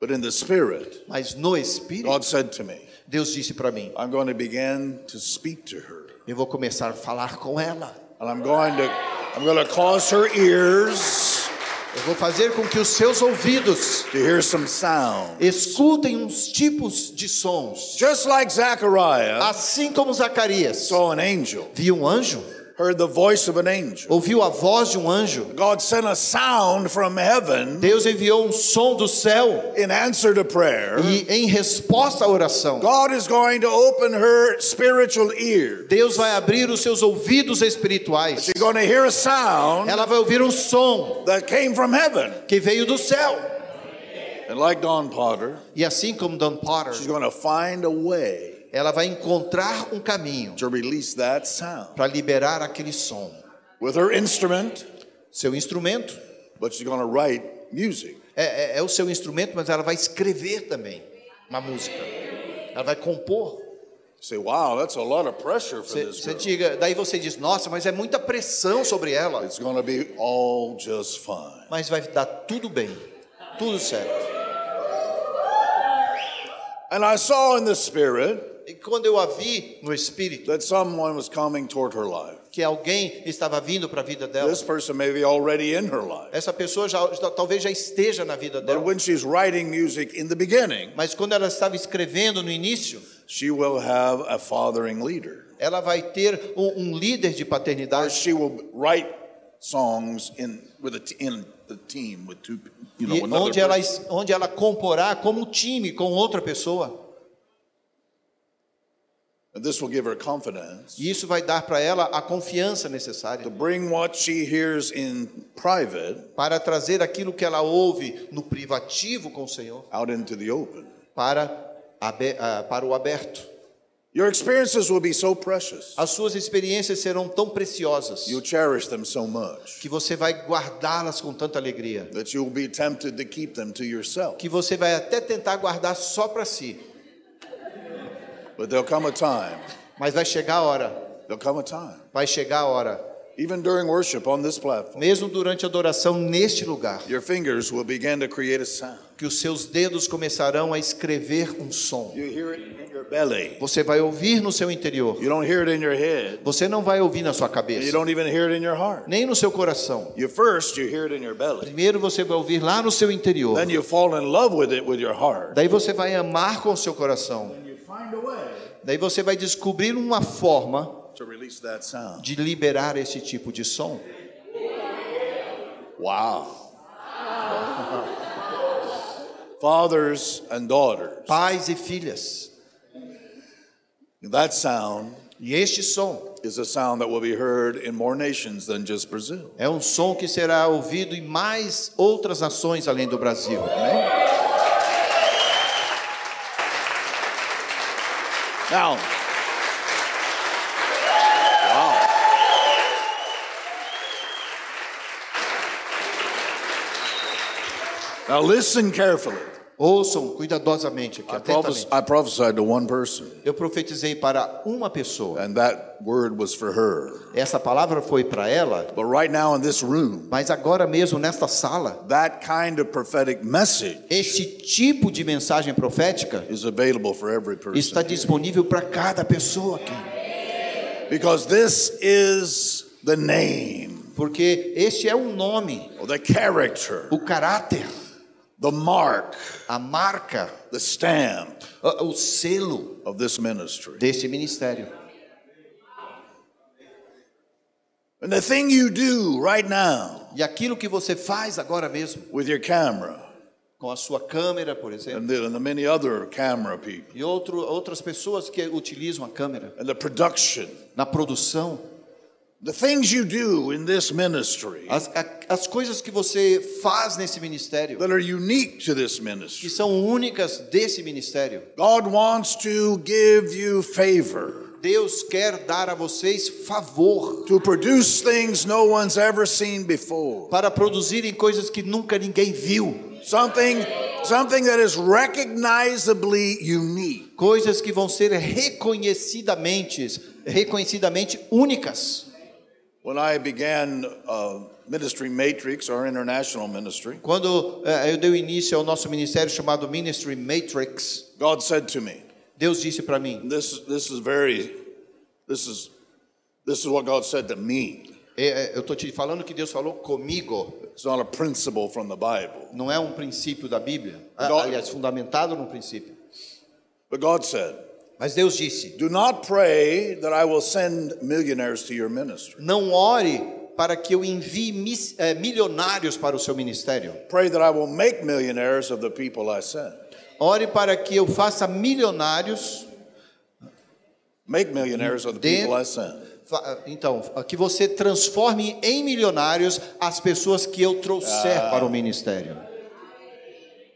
Speaker 1: But in the spirit,
Speaker 2: Mas no espírito,
Speaker 1: God said to me,
Speaker 2: Deus disse para mim,
Speaker 1: "I'm going to begin to speak to her,
Speaker 2: Eu vou começar a falar com ela.
Speaker 1: and I'm going to, I'm going to cause her ears
Speaker 2: Eu vou fazer com que os seus ouvidos
Speaker 1: to hear some sound,
Speaker 2: escutem uns tipos de sons.
Speaker 1: just like Zechariah
Speaker 2: Assim como Zacarias
Speaker 1: saw an angel,
Speaker 2: viu um anjo,
Speaker 1: heard the voice of an angel.
Speaker 2: ouviu a voz de um anjo.
Speaker 1: God sent a sound from heaven
Speaker 2: Deus enviou um som do céu
Speaker 1: in answer to prayer."
Speaker 2: e em resposta à oração,
Speaker 1: God is going to open her spiritual ear.
Speaker 2: Deus vai abrir os seus ouvidos espirituais.
Speaker 1: She's going to hear a sound
Speaker 2: Ela vai ouvir um som
Speaker 1: that came from heaven.
Speaker 2: que veio do céu.
Speaker 1: And like Don Potter,
Speaker 2: E assim como Don
Speaker 1: she's
Speaker 2: Potter,
Speaker 1: going to find a way
Speaker 2: ela vai encontrar um caminho
Speaker 1: to release that sound
Speaker 2: para liberar aquele som.
Speaker 1: with her instrument,
Speaker 2: Seu instrumento
Speaker 1: but she's going to write music.
Speaker 2: É, é- é o seu instrumento, mas ela vai escrever também uma música. Ela vai compor.
Speaker 1: You say, wow, that's a lot of pressure for
Speaker 2: Você
Speaker 1: this
Speaker 2: você
Speaker 1: girl.
Speaker 2: diga, daí você diz, nossa, mas é muita pressão sobre ela.
Speaker 1: It's going to be all just fine.
Speaker 2: Mas vai dar tudo bem. tudo certo.
Speaker 1: And I saw in the spirit
Speaker 2: E quando eu a vi no espírito
Speaker 1: that someone was coming toward her life.
Speaker 2: que alguém estava vindo para a vida dela,
Speaker 1: This person may be already in her life.
Speaker 2: essa pessoa já, já- talvez já esteja na vida
Speaker 1: But
Speaker 2: dela,
Speaker 1: when she's writing music in the beginning,
Speaker 2: mas quando ela estava escrevendo no início,
Speaker 1: she will have a fathering leader.
Speaker 2: ela vai ter um, um líder de
Speaker 1: Or
Speaker 2: paternidade
Speaker 1: she will write songs in with a t- in the team with two you know
Speaker 2: e
Speaker 1: another
Speaker 2: onde ela,
Speaker 1: person.
Speaker 2: es- onde ela comporá como um time com outra pessoa.
Speaker 1: And this will give her confidence
Speaker 2: E isso vai dar para ela a confiança necessária
Speaker 1: to bring what she hears in private
Speaker 2: para trazer aquilo que ela ouve no privativo com o Senhor
Speaker 1: out into the open.
Speaker 2: para, abe- ah, para o aberto.
Speaker 1: Your experiences will be so precious.
Speaker 2: As suas experiências serão tão preciosas
Speaker 1: You'll cherish them so much
Speaker 2: que você vai guardá-las com tanta alegria,
Speaker 1: that you'll be tempted to keep them to yourself.
Speaker 2: que você vai até tentar guardar só para si,
Speaker 1: But there'll come a time,
Speaker 2: mas vai chegar a hora,
Speaker 1: there'll come a time,
Speaker 2: vai chegar a hora.
Speaker 1: even during worship on this platform,
Speaker 2: Mesmo durante a adoração neste lugar,
Speaker 1: your fingers will begin to create a sound.
Speaker 2: que os seus dedos começarão a escrever um som.
Speaker 1: You hear it in your belly.
Speaker 2: Você vai ouvir no seu interior.
Speaker 1: You don't hear it in your head.
Speaker 2: Você não vai ouvir na sua
Speaker 1: and You
Speaker 2: cabeça,
Speaker 1: don't even hear it in your heart.
Speaker 2: nem no seu coração.
Speaker 1: You first you hear it in your belly.
Speaker 2: Primeiro você vai ouvir lá no seu interior.
Speaker 1: Then you fall in love with it with your heart.
Speaker 2: Daí você vai amar com o seu coração.
Speaker 1: And you find a way
Speaker 2: Daí você vai descobrir uma forma
Speaker 1: to release that sound.
Speaker 2: de liberar esse tipo de som.
Speaker 1: Wow. Fathers and daughters.
Speaker 2: Pais e filhas.
Speaker 1: That sound
Speaker 2: E este som
Speaker 1: is a sound that will be heard in more nations than just Brazil.
Speaker 2: é um som que será ouvido em mais outras nações além do Brasil.
Speaker 1: Now, wow. Now listen carefully.
Speaker 2: Ouçam cuidadosamente aqui,
Speaker 1: I, prophes-
Speaker 2: atentamente.
Speaker 1: I prophesied to one person,
Speaker 2: Eu profetizei para uma pessoa.
Speaker 1: and that word was for her.
Speaker 2: Essa palavra foi para ela,
Speaker 1: But right now in this room,
Speaker 2: mas agora mesmo nesta sala,
Speaker 1: that kind of prophetic message
Speaker 2: este tipo de mensagem profética
Speaker 1: is available for every
Speaker 2: está
Speaker 1: person.
Speaker 2: disponível para cada pessoa aqui.
Speaker 1: Because this is the name,
Speaker 2: Porque este é o nome,
Speaker 1: or the character,
Speaker 2: o caráter,
Speaker 1: the mark,
Speaker 2: a marca,
Speaker 1: the stamp
Speaker 2: a- o selo
Speaker 1: of this ministry.
Speaker 2: deste ministério.
Speaker 1: And the thing you do right now
Speaker 2: E aquilo que você faz agora mesmo,
Speaker 1: with your camera
Speaker 2: com a sua câmera, por exemplo,
Speaker 1: and the, and the many other camera people
Speaker 2: e outro, outras pessoas que utilizam a câmera
Speaker 1: and the production,
Speaker 2: na produção,
Speaker 1: the things you do in this ministry
Speaker 2: as, a- as coisas que você faz nesse ministério,
Speaker 1: that are unique to this
Speaker 2: que
Speaker 1: ministry.
Speaker 2: são únicas desse ministério,
Speaker 1: God wants to give you favor
Speaker 2: Deus quer dar a vocês favor
Speaker 1: to produce things no one's ever seen before.
Speaker 2: para produzirem coisas que nunca ninguém viu,
Speaker 1: Something something that is recognizably unique.
Speaker 2: coisas que vão ser reconhecidamente, reconhecidamente únicas.
Speaker 1: When I began uh, Ministry Matrix, our international ministry,
Speaker 2: Quando eh, eu dei início ao nosso ministério chamado Ministry Matrix,
Speaker 1: God said to me,
Speaker 2: Deus disse para mim,
Speaker 1: this, this is very, this is, this is what God said to me.
Speaker 2: eh, eh, eu estou te falando que Deus falou comigo,
Speaker 1: It's not a principle from the Bible.
Speaker 2: não é um princípio da Bíblia, a-
Speaker 1: Não.
Speaker 2: aliás, fundamentado num princípio.
Speaker 1: But God said,
Speaker 2: Mas Deus disse:
Speaker 1: do not pray that I will send millionaires to your ministry.
Speaker 2: Não ore para que eu envie mis- eh, milionários para o seu ministério.
Speaker 1: Pray that I will make millionaires of the people I send.
Speaker 2: Ore para que eu faça milionários
Speaker 1: Make millionaires of the
Speaker 2: Then-
Speaker 1: people I send.
Speaker 2: Fa- Então, que você transforme em milionários as pessoas que eu trouxer
Speaker 3: Ah.
Speaker 2: para o ministério.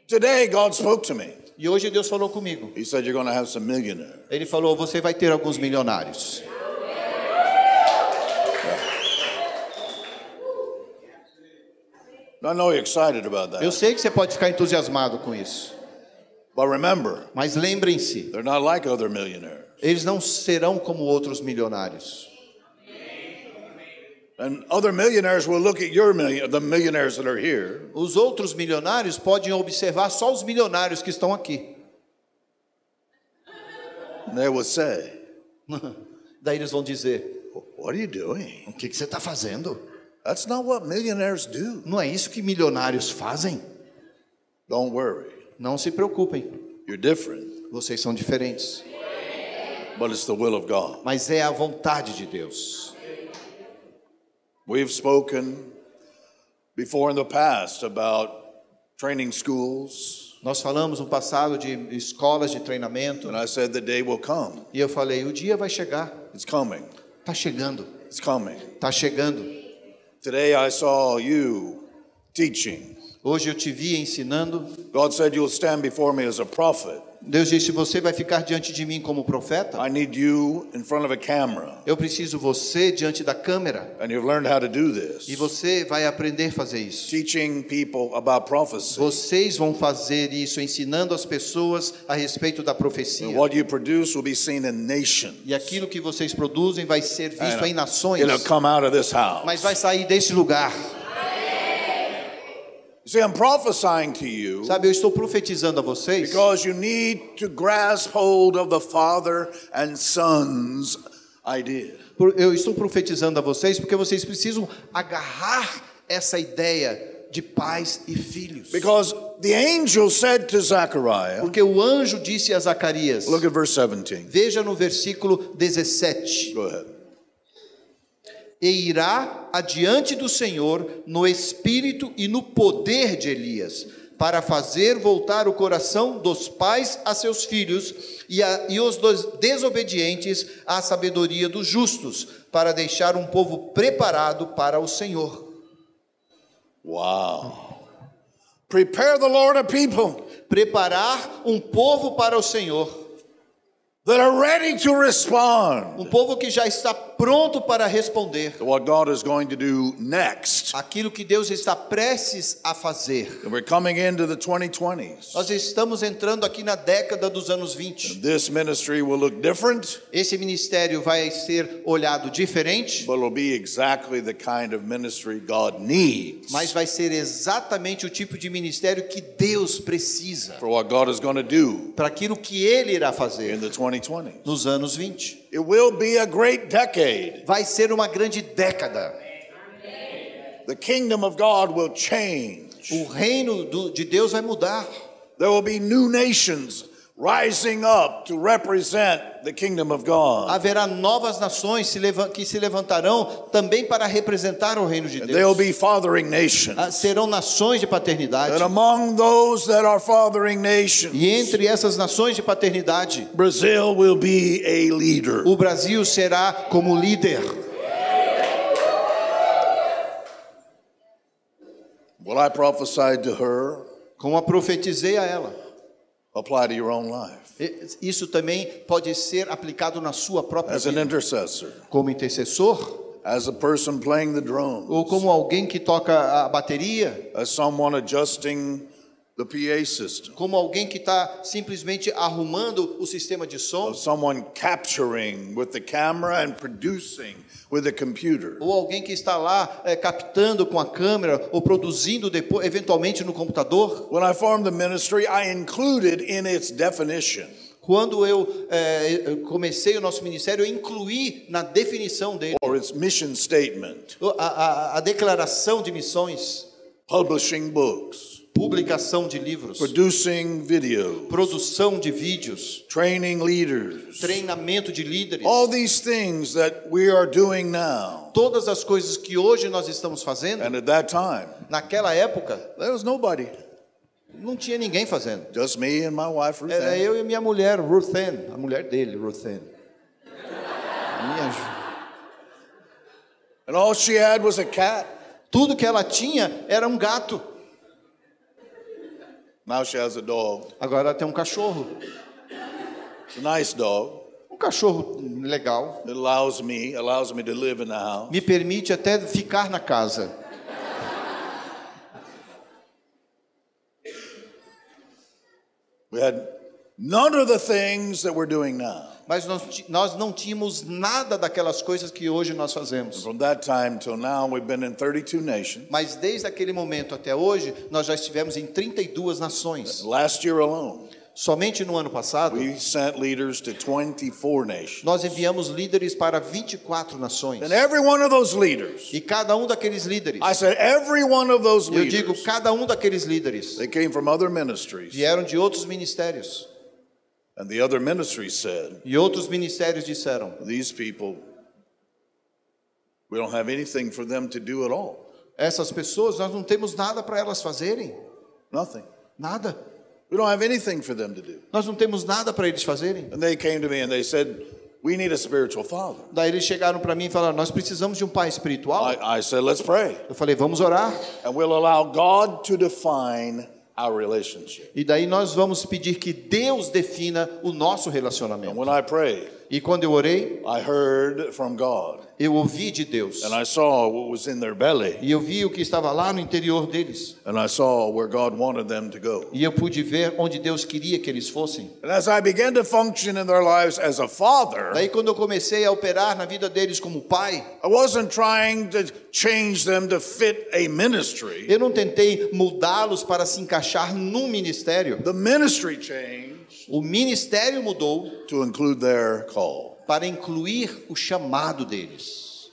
Speaker 1: Today, God spoke to me.
Speaker 2: E hoje Deus falou comigo.
Speaker 1: He said, You're going to have some millionaires.
Speaker 2: Ele falou: você vai ter alguns milionários.
Speaker 1: I know you're excited about
Speaker 2: Eu
Speaker 1: that.
Speaker 2: sei que você pode ficar entusiasmado com isso,
Speaker 1: But remember,
Speaker 2: mas lembrem-se,
Speaker 1: they're not like other millionaires.
Speaker 2: eles não serão como outros milionários.
Speaker 1: And other millionaires will look at your million, the millionaires that are here,
Speaker 2: Os outros milionários podem observar só os milionários que estão aqui.
Speaker 1: and they will say,
Speaker 2: Daí eles vão dizer:
Speaker 1: What are you doing?
Speaker 3: O que, que você está fazendo?
Speaker 1: That's not what millionaires do.
Speaker 3: Não é isso que milionários fazem?
Speaker 1: Don't worry,
Speaker 2: Não se preocupem,
Speaker 1: you're different,
Speaker 2: vocês são diferentes.
Speaker 1: but it's the will of God.
Speaker 2: Mas é a vontade de Deus.
Speaker 1: We've spoken before in the past about training schools,
Speaker 2: Nós falamos no passado de escolas de treinamento, né?
Speaker 1: and I said the day will come.
Speaker 2: e eu falei: o dia vai chegar.
Speaker 1: It's coming.
Speaker 2: Está chegando,
Speaker 1: It's coming.
Speaker 2: está chegando.
Speaker 1: Today I saw you teaching.
Speaker 2: Hoje eu te vi ensinando.
Speaker 1: God said you'll stand before me as a prophet.
Speaker 2: Deus disse: Você vai ficar diante de mim como profeta?
Speaker 1: I need you in front of a camera.
Speaker 2: Eu preciso você diante da câmera.
Speaker 1: And you've learned how to do this.
Speaker 2: E você vai aprender a fazer isso.
Speaker 1: Teaching people about prophecy.
Speaker 2: Vocês vão fazer isso ensinando as pessoas a respeito da
Speaker 1: And
Speaker 2: profecia.
Speaker 1: what you produce will be seen in nations.
Speaker 2: E aquilo que vocês produzem vai ser visto
Speaker 1: And
Speaker 2: em nações,
Speaker 1: It'll É, come out of this house.
Speaker 2: mas vai sair desse lugar.
Speaker 1: See, I'm prophesying to you
Speaker 2: Sabe, eu estou profetizando a vocês
Speaker 1: because you need to grasp hold of the Father and Son's idea.
Speaker 2: Por- Eu estou profetizando a vocês porque vocês precisam agarrar essa ideia de pais e filhos.
Speaker 1: Because the angel said to Zechariah,
Speaker 2: Porque o anjo disse a Zacarias,
Speaker 1: look at verse 17.
Speaker 2: veja no versículo 17:
Speaker 1: Go ahead.
Speaker 2: E irá adiante do Senhor no espírito e no poder de Elias, para fazer voltar o coração dos pais a seus filhos e, a- e os dos desobedientes à sabedoria dos justos, para deixar um povo preparado para o Senhor.
Speaker 1: Wow. Prepare the Lord a people
Speaker 2: preparar um povo para o Senhor,
Speaker 1: that are ready to respond
Speaker 2: um povo que já está pronto para responder
Speaker 1: to what God is going to do next.
Speaker 2: aquilo que Deus está prestes a fazer.
Speaker 1: And we're coming into the 2020s.
Speaker 2: Nós estamos entrando aqui na década dos anos 20.
Speaker 1: This ministry will look different,
Speaker 2: Esse ministério vai ser olhado diferente,
Speaker 1: but it'll be exactly the kind of ministry God needs
Speaker 2: mas vai ser exatamente o tipo de ministério que Deus precisa
Speaker 1: for what God is going to do
Speaker 2: para aquilo que ele irá
Speaker 1: in
Speaker 2: fazer
Speaker 1: the 2020s.
Speaker 2: nos anos 20.
Speaker 1: It will be a great decade.
Speaker 2: Vai ser uma grande década.
Speaker 1: The kingdom of God will change.
Speaker 2: O reino do- de Deus vai mudar.
Speaker 1: There will be new nations rising up to represent the kingdom of God.
Speaker 2: Haverá novas nações se leva- que se levantarão também para representar o reino de
Speaker 1: And They'll
Speaker 2: Deus.
Speaker 1: be fathering nations.
Speaker 2: Ah, Serão nações de paternidade.
Speaker 1: And among those that are fathering
Speaker 2: E
Speaker 1: nations,
Speaker 2: entre essas nações de paternidade,
Speaker 1: Brazil will be a leader.
Speaker 2: o Brasil será como líder.
Speaker 1: What I prophesied to her,
Speaker 2: Como a profetizei a ela.
Speaker 1: apply to your own life.
Speaker 2: E- Isso também pode ser aplicado na sua própria
Speaker 1: As an
Speaker 2: vida.
Speaker 1: intercessor,
Speaker 2: Como intercessor,
Speaker 1: as a person playing the drums,
Speaker 2: ou como alguém que toca a bateria,
Speaker 1: as someone adjusting the PA system,
Speaker 2: como alguém que está simplesmente arrumando o sistema de som,
Speaker 1: of someone capturing with the camera and producing with the computer.
Speaker 2: ou alguém que está lá eh, captando com a câmera ou produzindo depois, eventualmente no computador.
Speaker 1: When I formed the ministry, I included in its definition
Speaker 2: Quando eu eh, comecei o nosso ministério, eu incluí na definição dele
Speaker 1: or its mission statement,
Speaker 2: a, a- a declaração de missões,
Speaker 1: publishing books.
Speaker 2: publicação de livros,
Speaker 1: producing video,
Speaker 2: produção de vídeos,
Speaker 1: training leaders,
Speaker 2: treinamento de líderes.
Speaker 1: all these things that we are doing now.
Speaker 2: Todas as coisas que hoje nós estamos fazendo,
Speaker 1: And at that time,
Speaker 2: naquela época,
Speaker 1: there was nobody,
Speaker 2: não tinha ninguém fazendo.
Speaker 1: just me and my wife Ruth.
Speaker 2: Era
Speaker 1: Ann.
Speaker 2: eu e minha mulher, Ruth Ann, a mulher dele, Ruth Ann. A minha ju-
Speaker 1: And all she had was a cat.
Speaker 2: Tudo que ela tinha era um gato.
Speaker 1: Now she has a dog.
Speaker 2: Agora ela tem um cachorro.
Speaker 1: It's a nice dog.
Speaker 2: Um cachorro legal.
Speaker 1: It allows me allows me to live in the house.
Speaker 2: Me permite até ficar na casa.
Speaker 1: We had none of the things that we're doing now.
Speaker 2: Mas nós, ti- nós não tínhamos nada daquelas coisas que hoje nós fazemos.
Speaker 1: From that time till now, we've been in 32 nations.
Speaker 2: Mas desde aquele momento até hoje, nós já estivemos em 32 nações.
Speaker 1: Last year alone,
Speaker 2: Somente no ano passado,
Speaker 1: we sent leaders to 24 nations.
Speaker 2: nós enviamos líderes para 24 nações.
Speaker 1: And every one of those leaders,
Speaker 2: E cada um daqueles líderes,
Speaker 1: I said, every one of those
Speaker 2: eu digo,
Speaker 1: leaders,
Speaker 2: cada um daqueles líderes,
Speaker 1: they came from other ministries.
Speaker 2: vieram de outros ministérios.
Speaker 1: And the other ministries said,
Speaker 2: E outros ministérios disseram:
Speaker 1: these people, we don't have anything for them to do at all.
Speaker 2: essas pessoas, nós não temos nada para elas fazerem.
Speaker 1: Nothing.
Speaker 2: Nada.
Speaker 1: We don't have anything for them to do.
Speaker 2: Nós não temos nada para eles fazerem.
Speaker 1: And they came to me and they said, we need a spiritual father.
Speaker 2: Daí eles chegaram para mim e falaram: Nós precisamos de um pai espiritual.
Speaker 1: I, I said, let's pray.
Speaker 2: Eu falei: Vamos orar.
Speaker 1: And we'll allow God to define our relationship.
Speaker 2: E daí nós vamos pedir que Deus defina o nosso
Speaker 1: And
Speaker 2: relacionamento.
Speaker 1: when I prayed,
Speaker 2: E quando eu orei,
Speaker 1: I heard from God
Speaker 2: eu ouvi de Deus.
Speaker 1: and I saw what was in their belly
Speaker 2: E eu vi o que estava lá no interior deles.
Speaker 1: and I saw where God wanted them to go.
Speaker 2: E eu pude ver onde Deus queria que eles fossem.
Speaker 1: And as I began to function in their lives as a father,
Speaker 2: Daí quando eu comecei a operar na vida deles como pai,
Speaker 1: I wasn't trying to change them to fit a ministry.
Speaker 2: eu não tentei mudá-los para se encaixar num ministério.
Speaker 1: The ministry changed
Speaker 2: O ministério mudou
Speaker 1: to include their call.
Speaker 2: para incluir o chamado deles.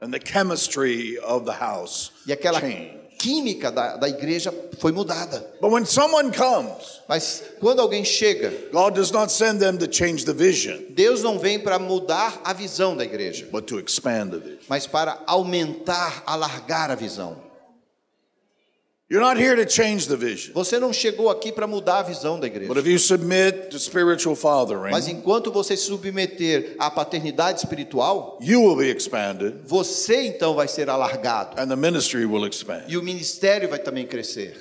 Speaker 1: And the chemistry of the house
Speaker 2: E aquela
Speaker 1: changed.
Speaker 2: química da, da igreja foi mudada.
Speaker 1: But when someone comes,
Speaker 2: Mas quando alguém chega,
Speaker 1: God does not send them to change the vision,
Speaker 2: Deus não vem para mudar a visão da igreja,
Speaker 1: but to expand the vision.
Speaker 2: mas para aumentar, alargar a visão.
Speaker 1: You're not here to change the vision.
Speaker 2: Você não chegou aqui para mudar a visão da
Speaker 1: But
Speaker 2: igreja.
Speaker 1: if you submit to spiritual fathering,
Speaker 2: Mas enquanto você se submeter à paternidade espiritual,
Speaker 1: you will be expanded
Speaker 2: você então vai ser alargado.
Speaker 1: and the ministry will expand.
Speaker 2: E o ministério vai também crescer.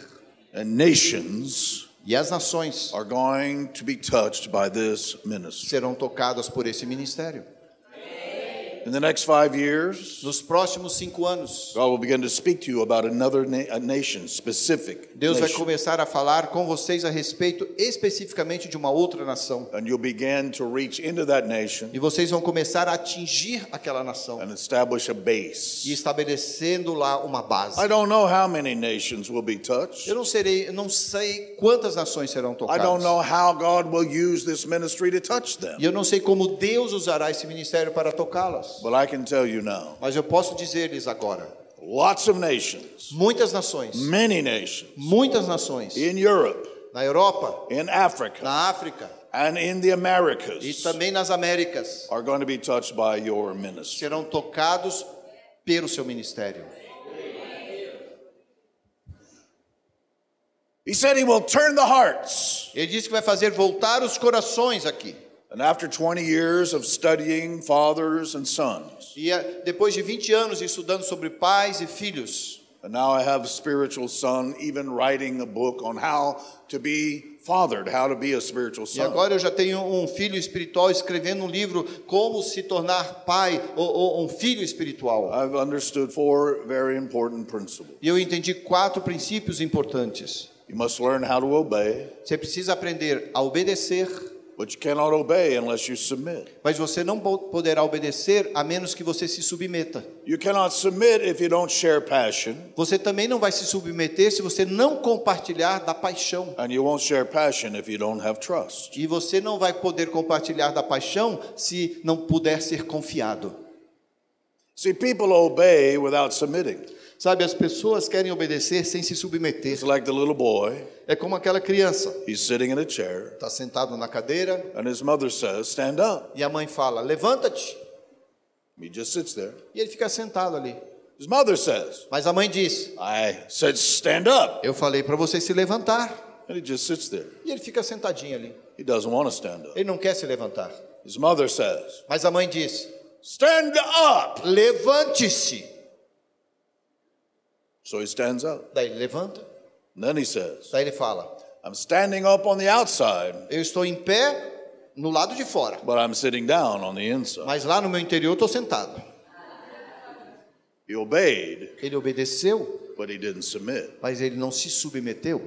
Speaker 1: And nations
Speaker 2: E as nações
Speaker 1: are going to be touched by this ministry.
Speaker 2: serão tocadas por esse ministério.
Speaker 1: In the next five years,
Speaker 2: Nos próximos cinco anos,
Speaker 1: God will begin to speak to you about another na- a nation specific.
Speaker 2: Deus vai
Speaker 1: nation.
Speaker 2: começar a falar com vocês a respeito especificamente de uma outra nação.
Speaker 1: And you'll begin to reach into that nation
Speaker 2: E vocês vão começar a atingir aquela nação
Speaker 1: and establish a
Speaker 2: e
Speaker 1: base.
Speaker 2: estabelecendo lá uma base.
Speaker 1: I don't know how many nations will be touched.
Speaker 2: Eu não serei, eu não sei quantas nações serão
Speaker 1: I don't
Speaker 2: tocadas.
Speaker 1: know how God will use this ministry to touch them.
Speaker 2: E eu não sei como Deus usará esse ministério para tocá-las.
Speaker 1: But I can tell you now
Speaker 2: Mas eu posso dizer-lhes agora,
Speaker 1: lots of nations,
Speaker 2: muitas nações,
Speaker 1: many nations
Speaker 2: muitas nações,
Speaker 1: in Europe,
Speaker 2: na Europa,
Speaker 1: in Africa,
Speaker 2: na África
Speaker 1: and in the
Speaker 2: e
Speaker 1: Americas
Speaker 2: também nas Américas
Speaker 1: are going to be touched by your ministry.
Speaker 2: serão tocados pelo seu ministério.
Speaker 1: He said he will turn the hearts.
Speaker 2: Ele disse que vai fazer voltar os corações aqui.
Speaker 1: And after 20 years of studying fathers and sons,
Speaker 2: E eh, depois de 20 anos estudando sobre pais e filhos,
Speaker 1: and now I have a spiritual son even writing a book on how to be fathered, how to be a spiritual
Speaker 2: e
Speaker 1: son.
Speaker 2: agora eu já tenho um filho espiritual escrevendo um livro como se tornar pai ou, ou um filho espiritual.
Speaker 1: I've understood four very important principles.
Speaker 2: E eu entendi quatro princípios importantes.
Speaker 1: You must learn how to obey,
Speaker 2: Você precisa aprender a obedecer,
Speaker 1: but you cannot obey unless you submit.
Speaker 2: mas você não po- poderá obedecer a menos que você se submeta.
Speaker 1: You cannot submit if you don't share passion,
Speaker 2: Você também não vai se submeter se você não compartilhar da paixão.
Speaker 1: and you won't share passion if you don't have trust.
Speaker 2: E você não vai poder compartilhar da paixão se não puder ser confiado.
Speaker 1: See, people obey without submitting.
Speaker 2: Sabe, as pessoas querem obedecer sem se
Speaker 1: It's
Speaker 2: submeter.
Speaker 1: like the little boy,
Speaker 2: É como aquela criança,
Speaker 1: he's sitting in a chair,
Speaker 2: está sentado na cadeira
Speaker 1: and his mother says, Stand up.
Speaker 2: e a mãe fala: "Levanta-te".
Speaker 1: He just sits there.
Speaker 2: E ele fica sentado ali.
Speaker 1: His mother says,
Speaker 2: Mas a mãe diz:
Speaker 1: I said, Stand up.
Speaker 2: "Eu falei para você se levantar".
Speaker 1: And he just sits there.
Speaker 2: E ele fica sentadinho ali.
Speaker 1: He doesn't want to stand up.
Speaker 2: Ele não quer se levantar.
Speaker 1: His mother says,
Speaker 2: Mas a mãe diz:
Speaker 1: Stand up.
Speaker 2: "Levante-se".
Speaker 1: So he stands up.
Speaker 2: Daí ele levanta.
Speaker 1: And then he says,
Speaker 2: Daí ele fala:
Speaker 1: I'm standing up on the outside,
Speaker 2: "Eu estou em pé no lado de fora,
Speaker 1: but I'm sitting down on the inside.
Speaker 2: mas lá no meu interior eu estou sentado".
Speaker 1: He obeyed,
Speaker 2: Ele obedeceu,
Speaker 1: but he didn't submit.
Speaker 2: mas ele não se submeteu.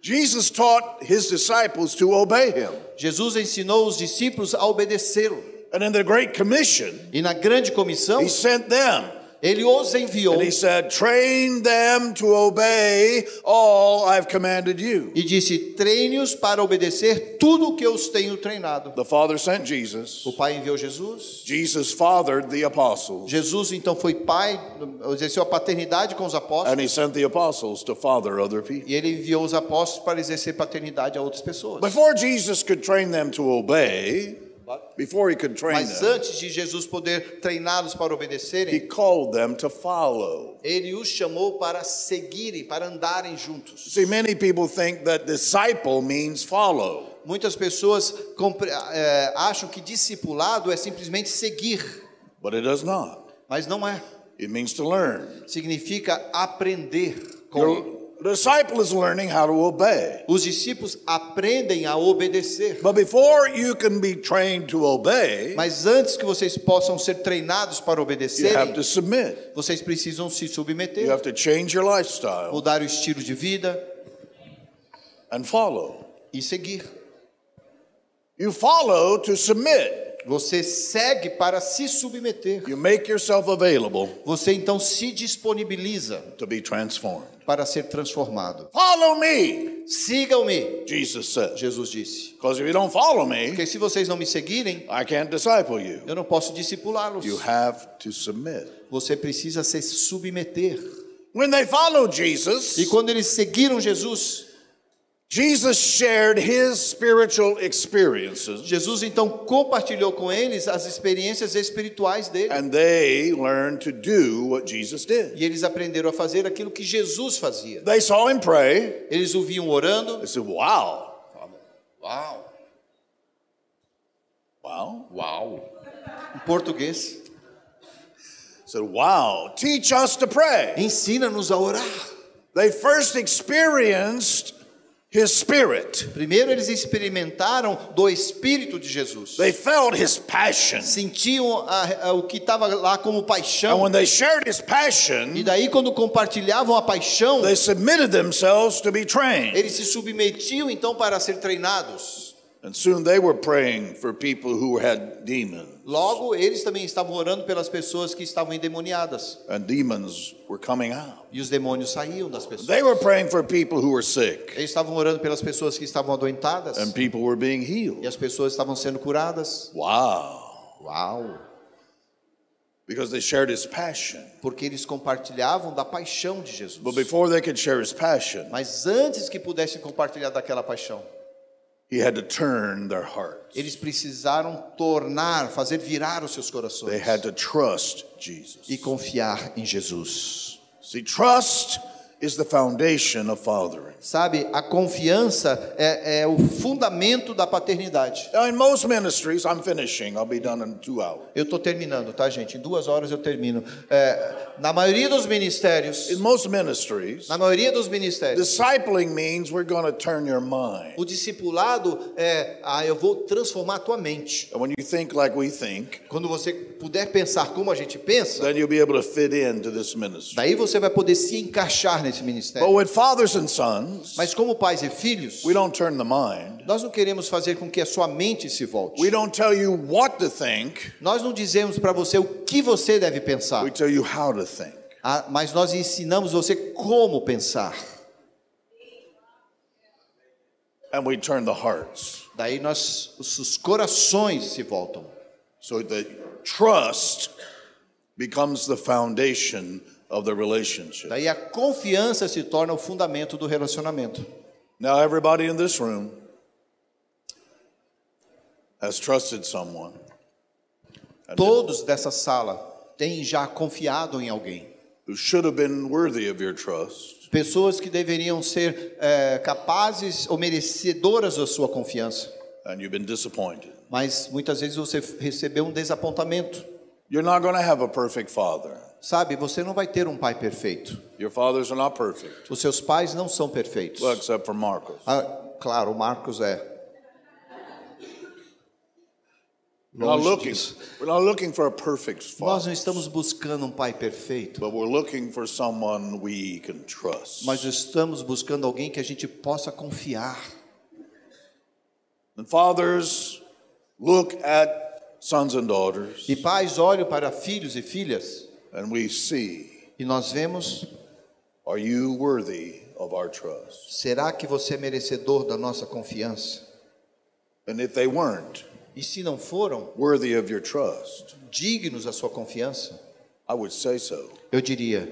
Speaker 1: Jesus taught his disciples to obey him.
Speaker 2: Jesus ensinou os discípulos a obedecê-lo.
Speaker 1: And in the Great Commission,
Speaker 2: E na grande comissão,
Speaker 1: he sent them
Speaker 2: ele os enviou
Speaker 1: and he said, Train them to obey all I've commanded you.
Speaker 2: e disse: treine-os para obedecer tudo o que eu os tenho treinado.
Speaker 1: The Father sent Jesus.
Speaker 2: O Pai enviou Jesus.
Speaker 1: Jesus fathered the apostles,
Speaker 2: Jesus então foi pai, exerceu a paternidade com os apóstolos.
Speaker 1: and he sent the apostles to father other people.
Speaker 2: E ele enviou os apóstolos para exercer paternidade a outras pessoas.
Speaker 1: Before Jesus could train them to obey, before he could train
Speaker 2: Mas
Speaker 1: them,
Speaker 2: antes de Jesus poder treiná-los para
Speaker 1: he
Speaker 2: obedecerem,
Speaker 1: called them to follow.
Speaker 2: ele os chamou para seguirem, para andarem juntos.
Speaker 1: See, many people think that disciple means follow.
Speaker 2: Muitas pessoas compre- eh, acham que discipulado é simplesmente seguir,
Speaker 1: But it does not.
Speaker 2: mas não é.
Speaker 1: It means to learn.
Speaker 2: Significa aprender. Com.
Speaker 1: Your disciple is learning how to obey.
Speaker 2: Os discípulos aprendem a obedecer.
Speaker 1: But before you can be trained to obey,
Speaker 2: Mas antes que vocês possam ser treinados para
Speaker 1: you have
Speaker 2: obedecerem,
Speaker 1: to submit.
Speaker 2: vocês precisam se
Speaker 1: You
Speaker 2: submeter,
Speaker 1: have to change your lifestyle
Speaker 2: mudar o estilo de vida
Speaker 1: and follow.
Speaker 2: e seguir.
Speaker 1: You follow to submit.
Speaker 2: Você segue para se submeter.
Speaker 1: You make yourself available
Speaker 2: Você então se disponibiliza
Speaker 1: to be transformed.
Speaker 2: para ser transformado.
Speaker 1: Follow me,
Speaker 2: Sigam-me,
Speaker 1: Jesus says.
Speaker 2: Jesus disse.
Speaker 1: Because if you don't follow me,
Speaker 2: Porque se vocês não me seguirem,
Speaker 1: I can't disciple you.
Speaker 2: eu não posso discipulá-los.
Speaker 1: You have to submit.
Speaker 2: Você precisa se submeter.
Speaker 1: When they followed
Speaker 2: E
Speaker 1: Jesus,
Speaker 2: quando eles seguiram Jesus,
Speaker 1: Jesus shared his spiritual experiences
Speaker 2: Jesus então compartilhou com eles as experiências espirituais dele.
Speaker 1: and they learned to do what Jesus did.
Speaker 2: E eles aprenderam a fazer aquilo que Jesus fazia.
Speaker 1: They saw him pray.
Speaker 2: Eles o viam orando.
Speaker 1: They said, Wow,
Speaker 2: Uau!
Speaker 1: wow.
Speaker 3: Uau!
Speaker 2: Em português.
Speaker 1: Said, Wow, teach us to pray.
Speaker 2: Ensina-nos a orar.
Speaker 1: They first experienced his spirit,
Speaker 2: Primeiro eles experimentaram do Espírito de Jesus.
Speaker 1: they felt his passion.
Speaker 2: Sentiam a- a- o que estava lá como
Speaker 1: And
Speaker 2: paixão.
Speaker 1: when they shared his
Speaker 2: E
Speaker 1: passion,
Speaker 2: daí, quando compartilhavam a paixão,
Speaker 1: they submitted themselves to be trained.
Speaker 2: eles se submetiam então para ser treinados.
Speaker 1: And soon they were praying for people who had demons,
Speaker 2: Logo, eles também estavam orando pelas pessoas que estavam endemoniadas.
Speaker 1: and demons were coming out.
Speaker 2: E os demônios saíam das pessoas.
Speaker 1: They were praying for people who were sick,
Speaker 2: Eles estavam orando pelas pessoas que estavam adoentadas.
Speaker 1: and people were being
Speaker 2: E
Speaker 1: healed.
Speaker 2: as pessoas estavam sendo curadas.
Speaker 1: Wow.
Speaker 2: Uau!
Speaker 1: Because they shared his passion.
Speaker 2: Porque eles compartilhavam da paixão de Jesus.
Speaker 1: But before they could share his passion,
Speaker 2: Mas antes que pudessem compartilhar daquela paixão,
Speaker 1: he had to turn their hearts.
Speaker 2: Eles precisaram tornar, fazer virar os seus corações
Speaker 1: They had to trust Jesus.
Speaker 2: e confiar em Jesus.
Speaker 1: See, trust is the foundation of fathering.
Speaker 2: Sabe, a confiança é, é o fundamento da paternidade.
Speaker 1: Now, in most ministries, I'm finishing, I'll be done in two hours.
Speaker 2: Eu estou terminando, tá, gente? Em duas horas eu termino. É, na maioria dos
Speaker 1: In
Speaker 2: ministérios,
Speaker 1: most ministries,
Speaker 2: na maioria dos ministérios,
Speaker 1: discipling means we're going to turn your mind.
Speaker 2: o discipulado é, ah, eu vou transformar a tua mente.
Speaker 1: And when you think like we think,
Speaker 2: Quando você puder pensar como a gente pensa,
Speaker 1: then you'll be able to fit into this ministry.
Speaker 2: daí você vai poder se encaixar nesse
Speaker 1: But
Speaker 2: ministério.
Speaker 1: with fathers and sons,
Speaker 2: Mas como pais e filhos,
Speaker 1: we don't turn the mind.
Speaker 2: nós não queremos fazer com que a sua mente se volte.
Speaker 1: We don't tell you what to think,
Speaker 2: Nós não dizemos para você o que você deve pensar,
Speaker 1: we tell you how to think.
Speaker 2: ah, mas nós ensinamos você como pensar.
Speaker 1: And we turn the hearts
Speaker 2: Daí nós, os os corações se voltam.
Speaker 1: so that trust becomes the foundation of the relationship.
Speaker 2: Daí a confiança se torna o fundamento do relacionamento.
Speaker 1: Now, everybody in this room has trusted someone. And
Speaker 2: Todos dessa sala têm já confiado em alguém.
Speaker 1: who should have been worthy of your trust,
Speaker 2: Pessoas que deveriam ser eh, capazes ou merecedoras da sua confiança.
Speaker 1: and you've been disappointed.
Speaker 2: Mas muitas vezes você recebeu um desapontamento.
Speaker 1: You're not going to have a perfect father.
Speaker 2: Sabe, você não vai ter um pai perfeito.
Speaker 1: Your fathers are not perfect,
Speaker 2: Os seus pais não são perfeitos.
Speaker 1: well, except for
Speaker 2: Uh,
Speaker 1: Marcos.
Speaker 2: Ah, claro, o Marcos é.
Speaker 1: We're not
Speaker 2: Longe
Speaker 1: looking,
Speaker 2: disso.
Speaker 1: we're not looking for a perfect
Speaker 2: Nós
Speaker 1: father,
Speaker 2: não estamos buscando um pai perfeito,
Speaker 1: but we're looking for someone we can trust.
Speaker 2: mas estamos buscando alguém que a gente possa confiar.
Speaker 1: And fathers, look at sons and daughters,
Speaker 2: E pais olham para filhos e filhas
Speaker 1: and we see
Speaker 2: e nós vemos:
Speaker 1: are you worthy of our trust?
Speaker 2: será que você é merecedor da nossa confiança?
Speaker 1: And if they weren't
Speaker 2: E se não foram
Speaker 1: worthy of your trust,
Speaker 2: dignos da sua confiança,
Speaker 1: I would say so.
Speaker 2: eu diria: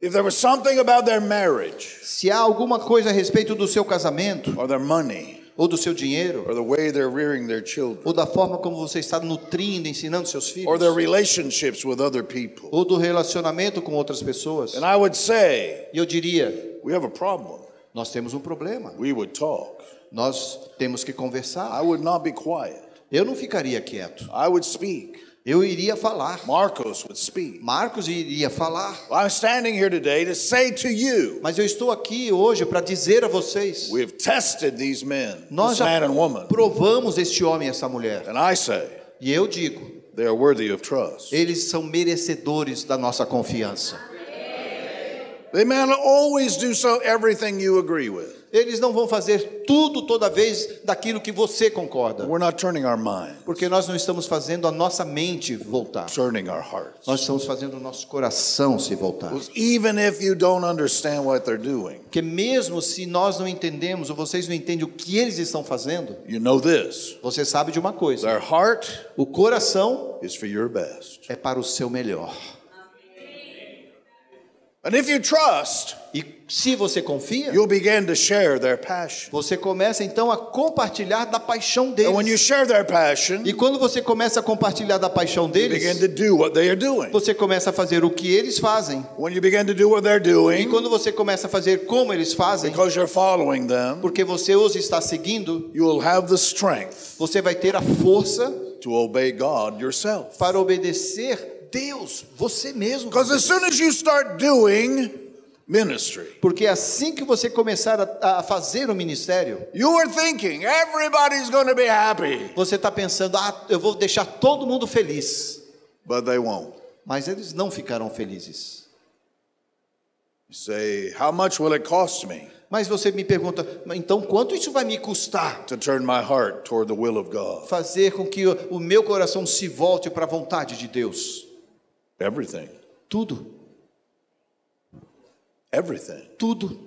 Speaker 1: If there was something about their marriage
Speaker 2: se há alguma coisa a respeito do seu casamento,
Speaker 1: or their money
Speaker 2: ou do seu dinheiro,
Speaker 1: or the way they're rearing their children
Speaker 2: ou da forma como você está nutrindo, ensinando seus
Speaker 1: or
Speaker 2: filhos,
Speaker 1: their relationships with other people,
Speaker 2: ou do relacionamento com outras pessoas,
Speaker 1: and I would say
Speaker 2: e eu diria:
Speaker 1: we have a problem.
Speaker 2: nós temos um problema,
Speaker 1: We would talk.
Speaker 2: nós temos que conversar.
Speaker 1: I would not be quiet.
Speaker 2: Eu não ficaria quieto.
Speaker 1: I would speak.
Speaker 2: Eu iria falar.
Speaker 1: Marcos would speak.
Speaker 2: Marcos iria falar.
Speaker 1: I'm standing here today to say to you
Speaker 2: Mas eu estou aqui hoje para dizer a vocês:
Speaker 1: We have tested these men,
Speaker 2: nós
Speaker 1: this
Speaker 2: já
Speaker 1: man and woman,
Speaker 2: provamos este homem e essa mulher.
Speaker 1: and I say
Speaker 2: E eu digo:
Speaker 1: they are worthy of trust.
Speaker 2: eles são merecedores da nossa confiança.
Speaker 1: They may not always do so everything you agree with.
Speaker 2: Eles não vão fazer tudo toda vez daquilo que você concorda,
Speaker 1: We're not turning our mind,
Speaker 2: porque nós não estamos fazendo a nossa mente voltar.
Speaker 1: turning our hearts.
Speaker 2: Nós estamos fazendo o nosso coração se voltar.
Speaker 1: Because Even if you don't understand what they're doing,
Speaker 2: Porque mesmo se nós não entendemos ou vocês não entendem o que eles estão fazendo,
Speaker 1: you know this:
Speaker 2: você sabe de uma coisa:
Speaker 1: their heart
Speaker 2: o coração
Speaker 1: is for your best.
Speaker 2: é para o seu melhor.
Speaker 1: And if you trust,
Speaker 2: E se você confia,
Speaker 1: you'll begin to share their passion.
Speaker 2: você começa então a compartilhar da paixão
Speaker 1: And when you
Speaker 2: deles.
Speaker 1: share their passion,
Speaker 2: E quando você começa a compartilhar da paixão
Speaker 1: you begin
Speaker 2: deles,
Speaker 1: to do what they are doing.
Speaker 2: você começa a fazer o que eles fazem.
Speaker 1: When you begin to do what they're
Speaker 2: E
Speaker 1: doing,
Speaker 2: quando você começa a fazer como eles fazem,
Speaker 1: because you're following them,
Speaker 2: porque você os está seguindo,
Speaker 1: you will have the strength
Speaker 2: você vai ter a força
Speaker 1: to obey God yourself.
Speaker 2: para obedecer Deus, você mesmo.
Speaker 1: Because as soon as you start doing ministry,
Speaker 2: Porque assim que você começar a, a fazer o ministério,
Speaker 1: you are thinking everybody's going to be happy,
Speaker 2: você está pensando, ah, eu vou deixar todo mundo feliz.
Speaker 1: but they won't.
Speaker 2: Mas eles não ficarão felizes.
Speaker 1: You say, How much will it cost me
Speaker 2: Mas você me pergunta, "Mas então quanto isso vai me custar?
Speaker 1: to turn my heart toward the will of God?
Speaker 2: Fazer com que o o meu coração se volte para a vontade de Deus.
Speaker 1: Everything.
Speaker 2: Tudo,
Speaker 1: Everything.
Speaker 2: tudo.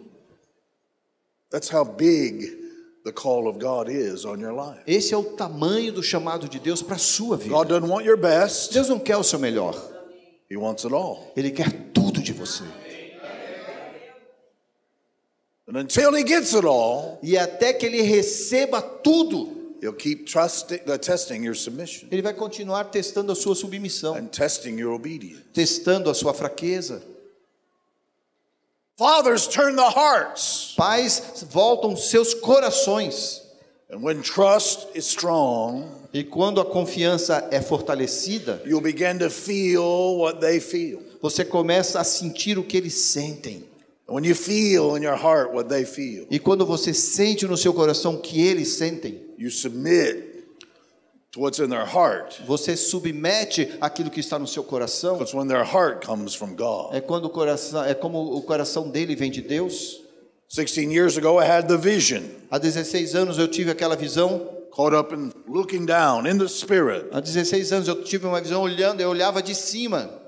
Speaker 1: That's how big the call of God is on your life.
Speaker 2: Esse é o tamanho do chamado de Deus para a sua vida.
Speaker 1: God doesn't want your best,
Speaker 2: Deus não quer o seu melhor,
Speaker 1: He wants it all.
Speaker 2: Ele quer tudo de você.
Speaker 1: And until He gets it all,
Speaker 2: E até que Ele receba tudo,
Speaker 1: He'll keep trusting, uh, testing your submission
Speaker 2: Ele vai continuar testando a sua submissão,
Speaker 1: and testing your obedience.
Speaker 2: testando a sua fraqueza.
Speaker 1: Fathers, turn the hearts.
Speaker 2: Pais voltam seus corações.
Speaker 1: And when trust is strong,
Speaker 2: E quando a confiança é fortalecida,
Speaker 1: you'll begin to feel what they feel.
Speaker 2: você começa a sentir o que eles sentem.
Speaker 1: And when you feel in your heart what they feel,
Speaker 2: E quando você sente no seu coração o que eles sentem,
Speaker 1: you submit to what's in their heart.
Speaker 2: você submete aquilo que está no seu coração.
Speaker 1: Because when their heart comes from God.
Speaker 2: É quando o coração, é como o coração dele vem de Deus.
Speaker 1: 16 years ago, I had the vision,
Speaker 2: Há 16 anos eu tive aquela visão.
Speaker 1: caught up in looking down in the spirit.
Speaker 2: Há 16 anos eu tive uma visão olhando, eu olhava de cima.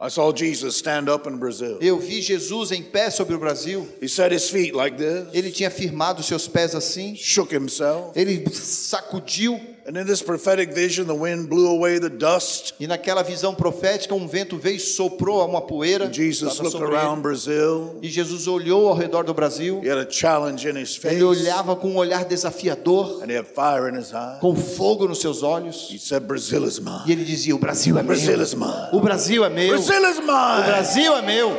Speaker 1: I saw Jesus stand up in Brazil.
Speaker 2: Eu vi Jesus em pé sobre o Brasil.
Speaker 1: He set his feet like this,
Speaker 2: Ele tinha firmado seus pés assim.
Speaker 1: shook himself.
Speaker 2: Ele sacudiu
Speaker 1: And in this prophetic vision, the wind blew away the dust.
Speaker 2: e naquela visão profética um vento veio e soprou uma poeira.
Speaker 1: And Jesus
Speaker 2: estava
Speaker 1: looked
Speaker 2: sobre ele.
Speaker 1: around Brazil.
Speaker 2: E Jesus olhou ao redor do Brasil.
Speaker 1: He had a challenge in his face.
Speaker 2: Ele olhava com um olhar desafiador,
Speaker 1: and he had fire in his eye.
Speaker 2: com fogo nos seus olhos,
Speaker 1: He said, Brazil is
Speaker 2: e
Speaker 1: mine.
Speaker 2: ele dizia: O Brasil é meu.
Speaker 1: Brazil is mine.
Speaker 2: O Brasil é meu. O
Speaker 1: Brazil is mine.
Speaker 2: Brasil é meu.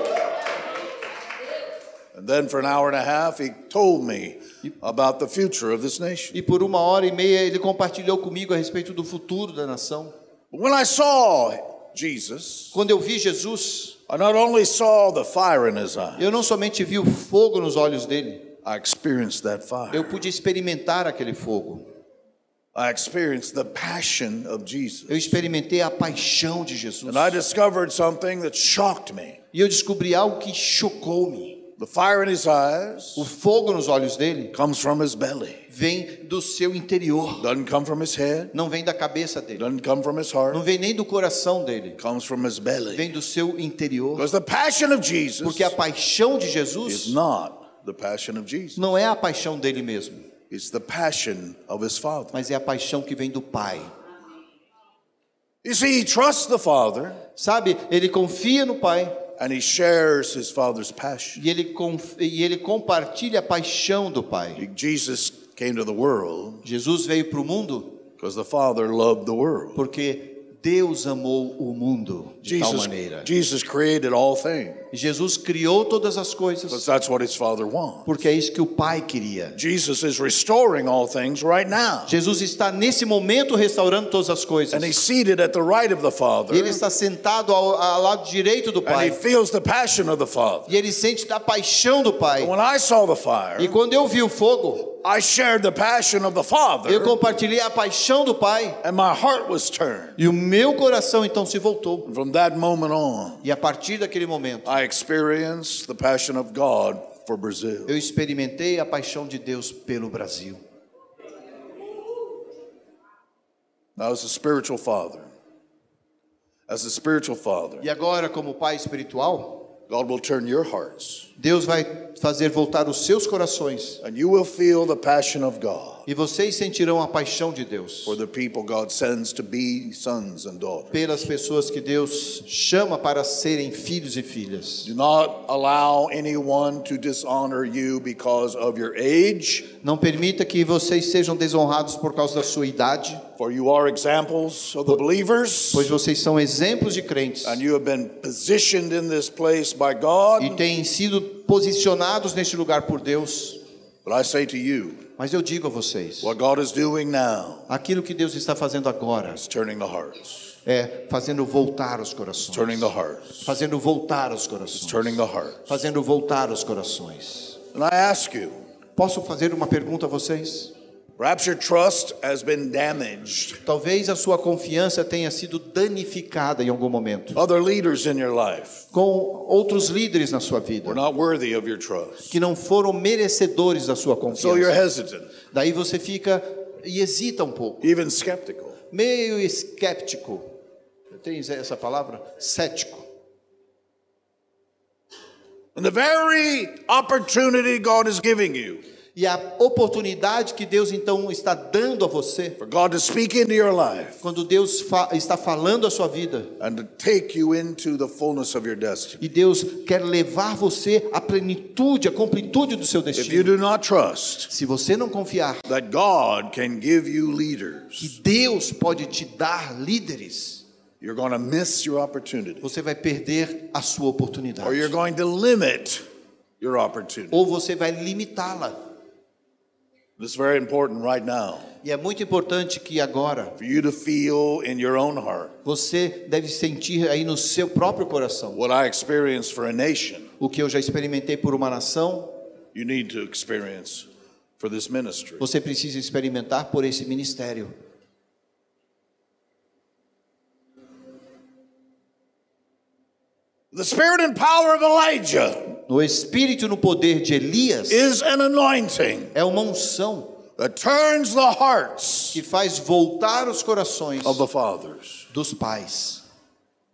Speaker 1: And then for an hour and a half, he told me about the future of this nation.
Speaker 2: E por uma hora e meia ele compartilhou comigo a respeito do futuro da nação.
Speaker 1: But when I saw Jesus,
Speaker 2: Quando eu vi Jesus,
Speaker 1: I not only saw the fire in his eye,
Speaker 2: eu não somente vi o fogo nos olhos dele,
Speaker 1: I experienced that fire.
Speaker 2: eu pude experimentar aquele fogo.
Speaker 1: I experienced the passion of Jesus.
Speaker 2: Eu experimentei a paixão de Jesus.
Speaker 1: And I discovered something that shocked me
Speaker 2: E eu descobri algo que chocou-me.
Speaker 1: the fire in his eyes
Speaker 2: O fogo nos olhos dele
Speaker 1: comes from his belly,
Speaker 2: vem do seu interior,
Speaker 1: doesn't come from his head,
Speaker 2: não vem da cabeça dele,
Speaker 1: doesn't come from his heart,
Speaker 2: não vem nem do coração dele,
Speaker 1: comes from his belly.
Speaker 2: vem do seu interior.
Speaker 1: Because the passion of Jesus
Speaker 2: Porque a paixão de
Speaker 1: is
Speaker 2: Jesus
Speaker 1: not the passion of Jesus,
Speaker 2: não é a paixão dele mesmo,
Speaker 1: it's the passion of his Father.
Speaker 2: mas é a paixão que vem do Pai.
Speaker 1: You see, he trusts the Father
Speaker 2: Sabe, ele confia no Pai
Speaker 1: and he shares his Father's passion.
Speaker 2: e ele, conf- e ele compartilha a paixão do Pai.
Speaker 1: Jesus came to the world
Speaker 2: Jesus veio para o mundo
Speaker 1: because the Father loved the world.
Speaker 2: porque Deus amou o mundo de tal
Speaker 1: Jesus,
Speaker 2: maneira.
Speaker 1: Jesus created all things
Speaker 2: Jesus criou todas as
Speaker 1: because
Speaker 2: coisas
Speaker 1: that's what his Father wants.
Speaker 2: porque é isso que o Pai queria.
Speaker 1: Jesus is restoring all things right now.
Speaker 2: Jesus está nesse momento restaurando todas as coisas.
Speaker 1: And he's seated at the right of the
Speaker 2: E ele
Speaker 1: Father
Speaker 2: está sentado ao, ao lado direito do
Speaker 1: and he
Speaker 2: Pai.
Speaker 1: feels the passion of the Father.
Speaker 2: E ele sente da paixão do Pai.
Speaker 1: And when I saw the
Speaker 2: E
Speaker 1: fire,
Speaker 2: quando eu vi o fogo,
Speaker 1: I shared the passion of the
Speaker 2: eu
Speaker 1: Father
Speaker 2: compartilhei a paixão do Pai.
Speaker 1: and my heart was turned.
Speaker 2: E o meu coração então se voltou.
Speaker 1: And from that moment on,
Speaker 2: E a partir daquele momento,
Speaker 1: I experienced the passion of God for Brazil.
Speaker 2: eu experimentei a paixão de Deus pelo Brasil.
Speaker 1: Now, as a spiritual father, as a spiritual father,
Speaker 2: E agora, como Pai espiritual,
Speaker 1: God will turn your hearts
Speaker 2: Deus vai fazer voltar os seus corações.
Speaker 1: and you will feel the passion of God
Speaker 2: E vocês sentirão a paixão de Deus
Speaker 1: for the people God sends to be sons and daughters.
Speaker 2: pelas pessoas que Deus chama para serem filhos e filhas.
Speaker 1: Do not allow anyone to dishonor you because of your age,
Speaker 2: Não permita que vocês sejam desonrados por causa da sua idade,
Speaker 1: for you are examples of the believers
Speaker 2: pois vocês são exemplos de crentes
Speaker 1: and you have been positioned in this place by God.
Speaker 2: e têm sido posicionados neste lugar por Deus.
Speaker 1: But I say to you,
Speaker 2: Mas eu digo a vocês,
Speaker 1: what God is doing now
Speaker 2: aquilo que Deus está fazendo agora
Speaker 1: is turning the hearts,
Speaker 2: é fazendo voltar os corações,
Speaker 1: turning the hearts,
Speaker 2: fazendo voltar os corações,
Speaker 1: turning the hearts.
Speaker 2: fazendo voltar os corações.
Speaker 1: And I ask you,
Speaker 2: Posso fazer uma pergunta a vocês?
Speaker 1: Perhaps your trust has been damaged.
Speaker 2: Talvez a sua confiança tenha sido danificada em algum momento
Speaker 1: Other leaders in your life
Speaker 2: com outros líderes na sua vida
Speaker 1: were not worthy of your trust.
Speaker 2: que não foram merecedores da sua confiança.
Speaker 1: So you're hesitant,
Speaker 2: Daí você fica e hesita um pouco,
Speaker 1: even skeptical.
Speaker 2: meio escéptico. Tem essa palavra? Cético.
Speaker 1: And the very opportunity God is giving you
Speaker 2: E a oportunidade que Deus então está dando a você,
Speaker 1: for God to speak into your life
Speaker 2: quando Deus fa- está falando a sua vida,
Speaker 1: and to take you into the fullness of your destiny.
Speaker 2: e Deus quer levar você à plenitude, à completude do seu
Speaker 1: If you
Speaker 2: destino.
Speaker 1: do not trust
Speaker 2: Se você não confiar
Speaker 1: that God can give you
Speaker 2: que
Speaker 1: leaders,
Speaker 2: Deus pode te dar líderes,
Speaker 1: you're going to miss your opportunity
Speaker 2: você vai perder a sua
Speaker 1: or you're
Speaker 2: oportunidade.
Speaker 1: going to limit your opportunity.
Speaker 2: Ou você vai limitá-la.
Speaker 1: This is very important right now
Speaker 2: E é muito importante que agora
Speaker 1: for you to feel in your own heart.
Speaker 2: Você deve sentir aí no seu próprio coração
Speaker 1: What I experienced for a nation,
Speaker 2: o que eu já experimentei por uma nação,
Speaker 1: you need to experience for this ministry.
Speaker 2: você precisa experimentar por esse ministério.
Speaker 1: The spirit and power of Elijah
Speaker 2: No espírito e no poder de Elias
Speaker 1: is an anointing
Speaker 2: é uma unção
Speaker 1: that turns the hearts
Speaker 2: que faz voltar os corações
Speaker 1: of the fathers.
Speaker 2: dos pais.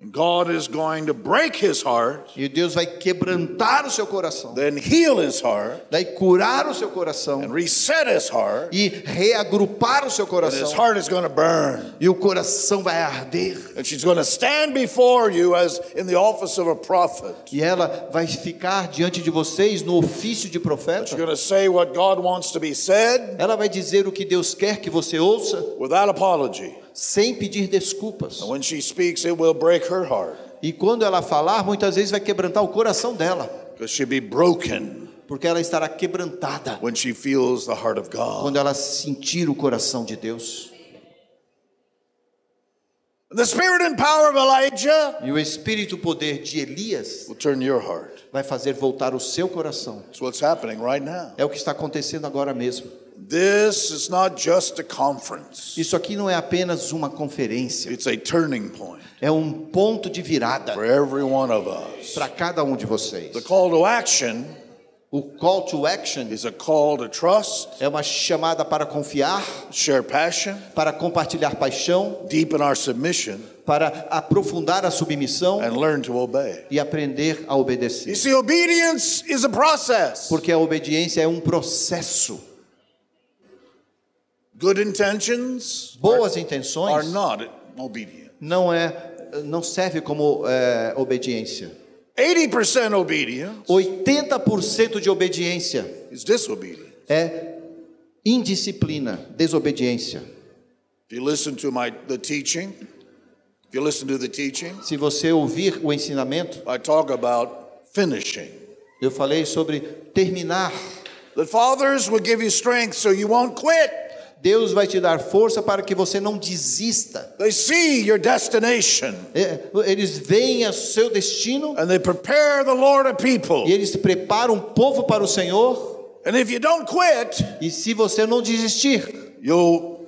Speaker 1: And God is going to break his heart,
Speaker 2: E Deus vai quebrantar o seu coração,
Speaker 1: then heal his heart,
Speaker 2: vai curar o seu
Speaker 1: and
Speaker 2: coração
Speaker 1: reset his heart.
Speaker 2: e reagrupar o seu
Speaker 1: And his
Speaker 2: coração.
Speaker 1: heart is going to burn.
Speaker 2: E o coração vai arder.
Speaker 1: And she's going to stand before you as in the office of a prophet.
Speaker 2: E ela vai ficar diante de vocês no ofício de
Speaker 1: She's
Speaker 2: profeta.
Speaker 1: going to say what God wants to be said
Speaker 2: Ela vai dizer o que Deus quer que você ouça.
Speaker 1: without apology.
Speaker 2: sem pedir desculpas.
Speaker 1: And when she speaks, it will break her heart.
Speaker 2: E quando ela falar, muitas vezes vai quebrantar o coração dela,
Speaker 1: Because she'll be broken
Speaker 2: porque ela estará quebrantada
Speaker 1: when she feels the heart of God.
Speaker 2: quando ela sentir o coração de Deus.
Speaker 1: The spirit and power of Elijah
Speaker 2: E o espírito poder de Elias
Speaker 1: will turn your heart.
Speaker 2: vai fazer voltar o seu coração.
Speaker 1: That's what's happening right now.
Speaker 2: É o que está acontecendo agora mesmo.
Speaker 1: This is not just a conference,
Speaker 2: Isso aqui não é apenas uma conferência,
Speaker 1: it's a turning point
Speaker 2: é um ponto de virada
Speaker 1: for every one of us.
Speaker 2: para cada um de vocês.
Speaker 1: The call to action
Speaker 2: O call to action
Speaker 1: is a call to trust,
Speaker 2: é uma chamada para confiar,
Speaker 1: share passion,
Speaker 2: para compartilhar paixão,
Speaker 1: deepen our submission,
Speaker 2: para aprofundar a submissão
Speaker 1: and learn to obey.
Speaker 2: e aprender a
Speaker 1: You
Speaker 2: obedecer.
Speaker 1: see, obedience is a process.
Speaker 2: Porque a obediência é um processo.
Speaker 1: Good intentions
Speaker 2: Boas
Speaker 1: are
Speaker 2: intenções
Speaker 1: not obedient.
Speaker 2: não é não serve como é, obediência.
Speaker 1: 80% obedience
Speaker 2: 80% de obediência
Speaker 1: is disobedience.
Speaker 2: é indisciplina, desobediência.
Speaker 1: If you listen to my the teaching, if you listen to the teaching,
Speaker 2: Se você ouvir o ensinamento,
Speaker 1: I talk about finishing.
Speaker 2: eu falei sobre terminar.
Speaker 1: The fathers will give you strength so you won't quit.
Speaker 2: Deus vai te dar força para que você não desista.
Speaker 1: They see your destination
Speaker 2: É, Eles veem o seu destino
Speaker 1: and they prepare the Lord a
Speaker 2: e
Speaker 1: people.
Speaker 2: eles preparam o povo para o Senhor.
Speaker 1: And if you don't quit,
Speaker 2: E se você não desistir,
Speaker 1: you'll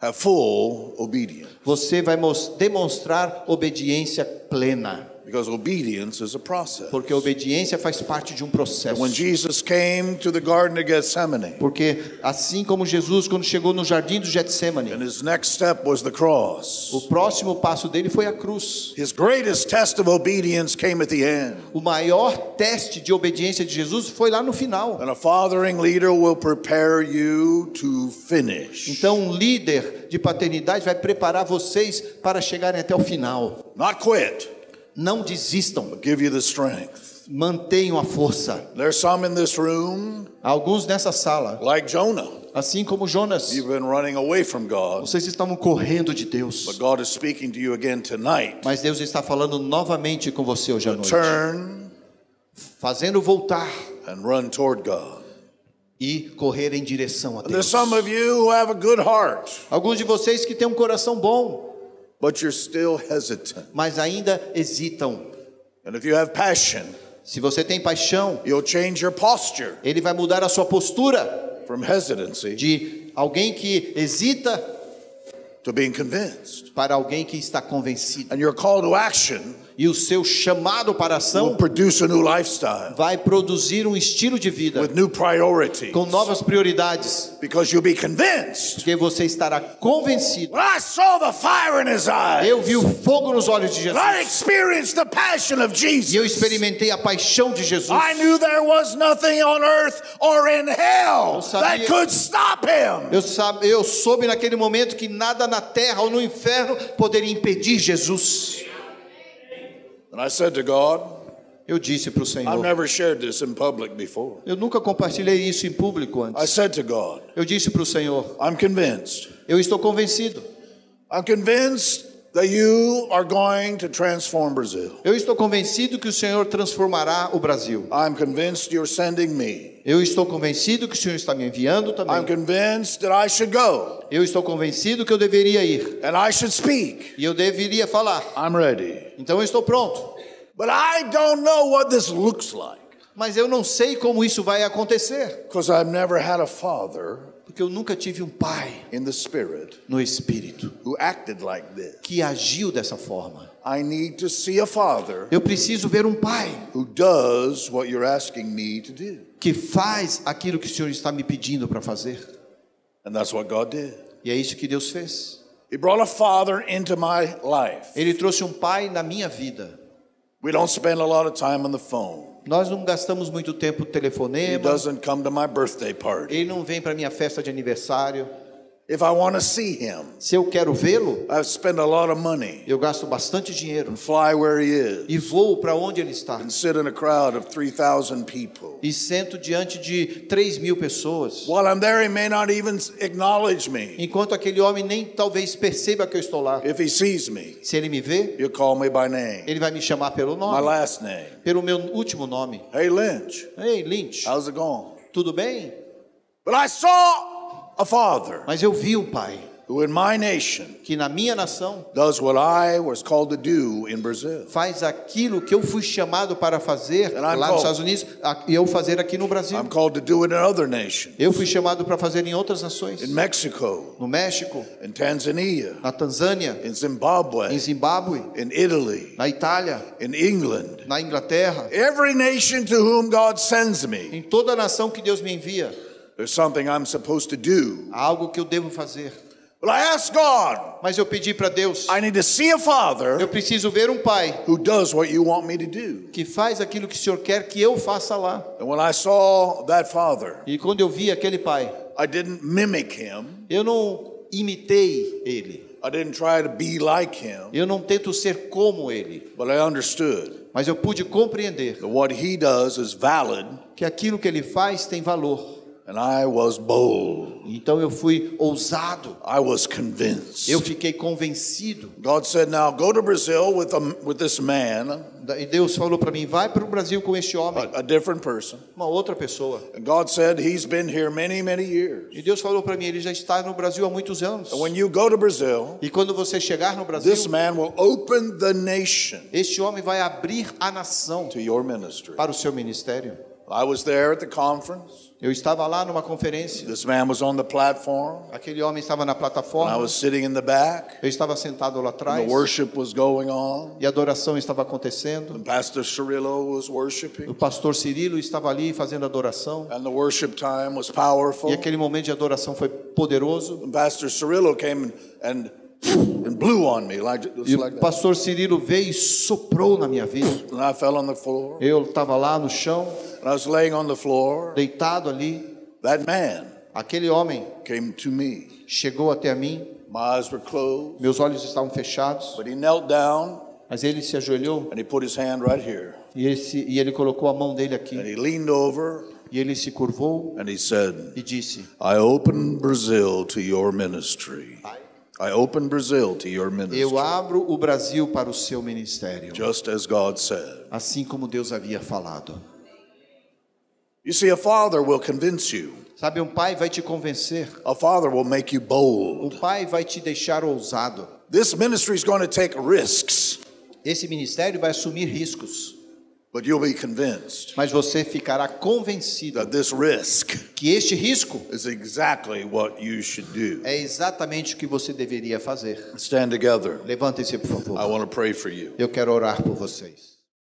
Speaker 1: have full obedience
Speaker 2: você vai mos- demonstrar obediência plena.
Speaker 1: because obedience is a process.
Speaker 2: Porque a obediência faz parte de um processo.
Speaker 1: When Jesus came to the Garden of Gethsemane,
Speaker 2: Porque assim como Jesus, quando chegou no jardim do
Speaker 1: and
Speaker 2: Getsemane,
Speaker 1: his next step was the cross,
Speaker 2: o próximo passo dele foi a cruz.
Speaker 1: his greatest test of obedience came at the end.
Speaker 2: O maior teste de obediência de Jesus foi lá no final.
Speaker 1: And a fathering leader will prepare you to finish.
Speaker 2: Então, um líder de paternidade vai preparar vocês para chegarem até o final.
Speaker 1: Not quit,
Speaker 2: Não desistam,
Speaker 1: give you the strength.
Speaker 2: mantenham a força.
Speaker 1: There's some in this room,
Speaker 2: Alguns nessa sala,
Speaker 1: like Jonah,
Speaker 2: assim como Jonas,
Speaker 1: you've been running away from God,
Speaker 2: vocês estavam correndo de
Speaker 1: but
Speaker 2: Deus.
Speaker 1: God is speaking to you again tonight.
Speaker 2: Mas Deus está falando novamente com você hoje à noite,
Speaker 1: Turn
Speaker 2: fazendo voltar
Speaker 1: and run toward God.
Speaker 2: e correr em direção a
Speaker 1: And there's
Speaker 2: Deus.
Speaker 1: some of you who have a good heart,
Speaker 2: Alguns de vocês que têm um coração bom,
Speaker 1: but you're still hesitant.
Speaker 2: mas ainda hesitam.
Speaker 1: And if you have passion,
Speaker 2: Se você tem paixão,
Speaker 1: you'll change your posture
Speaker 2: ele vai mudar a sua postura
Speaker 1: from hesitancy
Speaker 2: de alguém que hesita
Speaker 1: to being convinced.
Speaker 2: para alguém que está convencido.
Speaker 1: And your call to action
Speaker 2: E o seu chamado para
Speaker 1: will
Speaker 2: a ação
Speaker 1: produce a new lifestyle.
Speaker 2: vai produzir um estilo de vida
Speaker 1: with new priorities
Speaker 2: com novas prioridades,
Speaker 1: because you'll be convinced.
Speaker 2: porque você estará convencido.
Speaker 1: When I saw the fire in his eyes,
Speaker 2: Eu vi o fogo nos olhos de
Speaker 1: and I
Speaker 2: Jesus
Speaker 1: experienced the passion of
Speaker 2: e eu
Speaker 1: Jesus.
Speaker 2: experimentei a paixão de Jesus.
Speaker 1: I knew there was nothing on earth or in hell
Speaker 2: Eu sabia-
Speaker 1: that could stop him.
Speaker 2: Eu, sabe, eu soube naquele momento que nada na terra ou no inferno poderia impedir Jesus.
Speaker 1: And I said to God,
Speaker 2: Eu disse para o
Speaker 1: I've
Speaker 2: Senhor.
Speaker 1: never shared this in public before.
Speaker 2: Eu nunca compartilhei isso em público
Speaker 1: I
Speaker 2: antes.
Speaker 1: said to God,
Speaker 2: Eu disse para o Senhor:
Speaker 1: I'm convinced.
Speaker 2: Eu estou convencido.
Speaker 1: I'm convinced that you are going to transform Brazil.
Speaker 2: Eu estou convencido que o Senhor transformará o Brasil.
Speaker 1: I'm convinced you're sending me.
Speaker 2: Eu estou convencido que o Senhor está me enviando
Speaker 1: I'm
Speaker 2: também.
Speaker 1: convinced that I should go
Speaker 2: Eu estou convencido que eu deveria ir
Speaker 1: and I should speak.
Speaker 2: e eu deveria falar.
Speaker 1: I'm ready.
Speaker 2: Então eu estou pronto.
Speaker 1: But I don't know what this looks like
Speaker 2: Mas eu não sei como isso vai acontecer,
Speaker 1: because I've never had a father
Speaker 2: porque eu nunca tive um pai
Speaker 1: in the spirit
Speaker 2: no espírito
Speaker 1: who acted like this.
Speaker 2: que agiu dessa forma.
Speaker 1: I need to see a father
Speaker 2: Eu preciso ver um pai
Speaker 1: who does what you're asking me to do.
Speaker 2: que faz aquilo que o Senhor está me pedindo para fazer.
Speaker 1: And that's what God did.
Speaker 2: E é isso que Deus fez.
Speaker 1: He brought a father into my life.
Speaker 2: Ele trouxe um pai na minha vida.
Speaker 1: We don't spend a lot of time on the phone.
Speaker 2: Nós não gastamos muito tempo no
Speaker 1: He
Speaker 2: telefonema.
Speaker 1: doesn't come to my birthday party.
Speaker 2: Ele não vem para minha festa de aniversário.
Speaker 1: If I want to see him,
Speaker 2: Se eu quero vê-lo,
Speaker 1: I spend a lot of money
Speaker 2: eu gasto bastante dinheiro
Speaker 1: and fly where he is
Speaker 2: e vou para onde ele está
Speaker 1: and sit in a crowd of 3,000 people.
Speaker 2: e sento diante de 3 mil pessoas.
Speaker 1: While I'm there, he may not even acknowledge me.
Speaker 2: Enquanto aquele homem nem talvez perceba que eu estou lá.
Speaker 1: If he sees me,
Speaker 2: Se ele me vê,
Speaker 1: he'll call me by name,
Speaker 2: ele vai me chamar pelo
Speaker 1: my
Speaker 2: nome,
Speaker 1: last name.
Speaker 2: pelo meu último nome.
Speaker 1: Hey, Lynch,
Speaker 2: Ei, Lynch,
Speaker 1: how's it going?
Speaker 2: tudo bem?
Speaker 1: But I saw a father
Speaker 2: Mas eu vi um pai
Speaker 1: who in my nation
Speaker 2: que na minha nação
Speaker 1: does what I was called to do in Brazil.
Speaker 2: faz aquilo que eu fui chamado para fazer
Speaker 1: And
Speaker 2: lá
Speaker 1: I'm
Speaker 2: nos
Speaker 1: called.
Speaker 2: Estados Unidos a- e eu fazer aqui no Brasil.
Speaker 1: I'm called to do it in other nations,
Speaker 2: Eu fui chamado para fazer em outras nações,
Speaker 1: in Mexico,
Speaker 2: no México,
Speaker 1: in Tanzania,
Speaker 2: na Tanzânia,
Speaker 1: in
Speaker 2: em
Speaker 1: Zimbabwe,
Speaker 2: Zimbábue,
Speaker 1: in Italy,
Speaker 2: na Itália,
Speaker 1: in England.
Speaker 2: na Inglaterra,
Speaker 1: Every nation to whom God sends me,
Speaker 2: em toda a nação que Deus me envia,
Speaker 1: there's something I'm supposed to do.
Speaker 2: há algo que eu devo fazer.
Speaker 1: But I ask God,
Speaker 2: Mas eu pedi para Deus,
Speaker 1: I need to see a father
Speaker 2: eu preciso ver um pai
Speaker 1: who does what you want me to do.
Speaker 2: que faz aquilo que o Senhor quer que eu faça lá.
Speaker 1: And when I saw that father,
Speaker 2: E quando eu vi aquele pai,
Speaker 1: I didn't mimic him.
Speaker 2: eu não imitei ele.
Speaker 1: I didn't try to be like him,
Speaker 2: Eu não tento ser como ele,
Speaker 1: but I understood
Speaker 2: mas eu pude compreender
Speaker 1: that what he does is valid,
Speaker 2: que aquilo que ele faz tem valor.
Speaker 1: and I was bold.
Speaker 2: Então eu fui ousado,
Speaker 1: I was convinced.
Speaker 2: eu fiquei convencido.
Speaker 1: God said, "Now go to Brazil with a, with this man,
Speaker 2: E Deus falou para mim: vai para o Brasil com este homem,
Speaker 1: a, a different person."
Speaker 2: uma outra pessoa.
Speaker 1: And God said, "He's been here many, many years.
Speaker 2: E Deus falou para mim: ele já está no Brasil há muitos anos.
Speaker 1: And when you go to Brazil,
Speaker 2: E quando você chegar no Brasil,
Speaker 1: this man will open the nation
Speaker 2: este homem vai abrir a nação
Speaker 1: to your ministry."
Speaker 2: para o seu ministério.
Speaker 1: I was there at the conference.
Speaker 2: Eu estava lá numa conferência,
Speaker 1: This man was on the platform.
Speaker 2: aquele homem estava na
Speaker 1: And I
Speaker 2: plataforma,
Speaker 1: was sitting in the back.
Speaker 2: eu estava sentado lá
Speaker 1: And
Speaker 2: atrás
Speaker 1: the worship was going on.
Speaker 2: e a adoração estava acontecendo.
Speaker 1: And Pastor Cirillo was
Speaker 2: O
Speaker 1: worshiping.
Speaker 2: pastor Cirilo estava ali fazendo adoração
Speaker 1: And the worship time was powerful.
Speaker 2: e aquele momento de adoração foi poderoso.
Speaker 1: And Pastor Cirillo came and, and, and blew on me like, just
Speaker 2: E
Speaker 1: like that.
Speaker 2: o pastor Cirilo veio e soprou na minha vida.
Speaker 1: And I fell on the floor.
Speaker 2: Eu estava lá no chão,
Speaker 1: And I was laying on the floor.
Speaker 2: deitado ali.
Speaker 1: That man
Speaker 2: Aquele homem
Speaker 1: came to me.
Speaker 2: chegou até mim,
Speaker 1: My eyes were closed.
Speaker 2: meus olhos estavam fechados,
Speaker 1: But he knelt down
Speaker 2: mas ele se ajoelhou
Speaker 1: and he put his hand right here.
Speaker 2: e ele, se- e ele colocou a mão dele
Speaker 1: And
Speaker 2: aqui.
Speaker 1: he leaned over
Speaker 2: E ele se curvou
Speaker 1: and he said,
Speaker 2: e disse:
Speaker 1: I open Brazil to your ministry. I open Brazil to your
Speaker 2: Eu
Speaker 1: ministry.
Speaker 2: abro o Brasil para o seu ministério,
Speaker 1: Just as God said.
Speaker 2: assim como Deus havia falado.
Speaker 1: You see, a father will convince you,
Speaker 2: Sabe, um pai vai te convencer,
Speaker 1: a father will make you bold.
Speaker 2: um pai vai te deixar ousado.
Speaker 1: This ministry is going to take risks,
Speaker 2: Esse ministério vai assumir riscos,
Speaker 1: but you'll be convinced
Speaker 2: mas você ficará convencido
Speaker 1: that this risk
Speaker 2: que este risco
Speaker 1: is exactly what you should do.
Speaker 2: é exatamente o que você deveria fazer.
Speaker 1: Stand together.
Speaker 2: Levantem-se, por
Speaker 1: I
Speaker 2: favor.
Speaker 1: want to pray for you.
Speaker 2: Eu quero orar por vocês.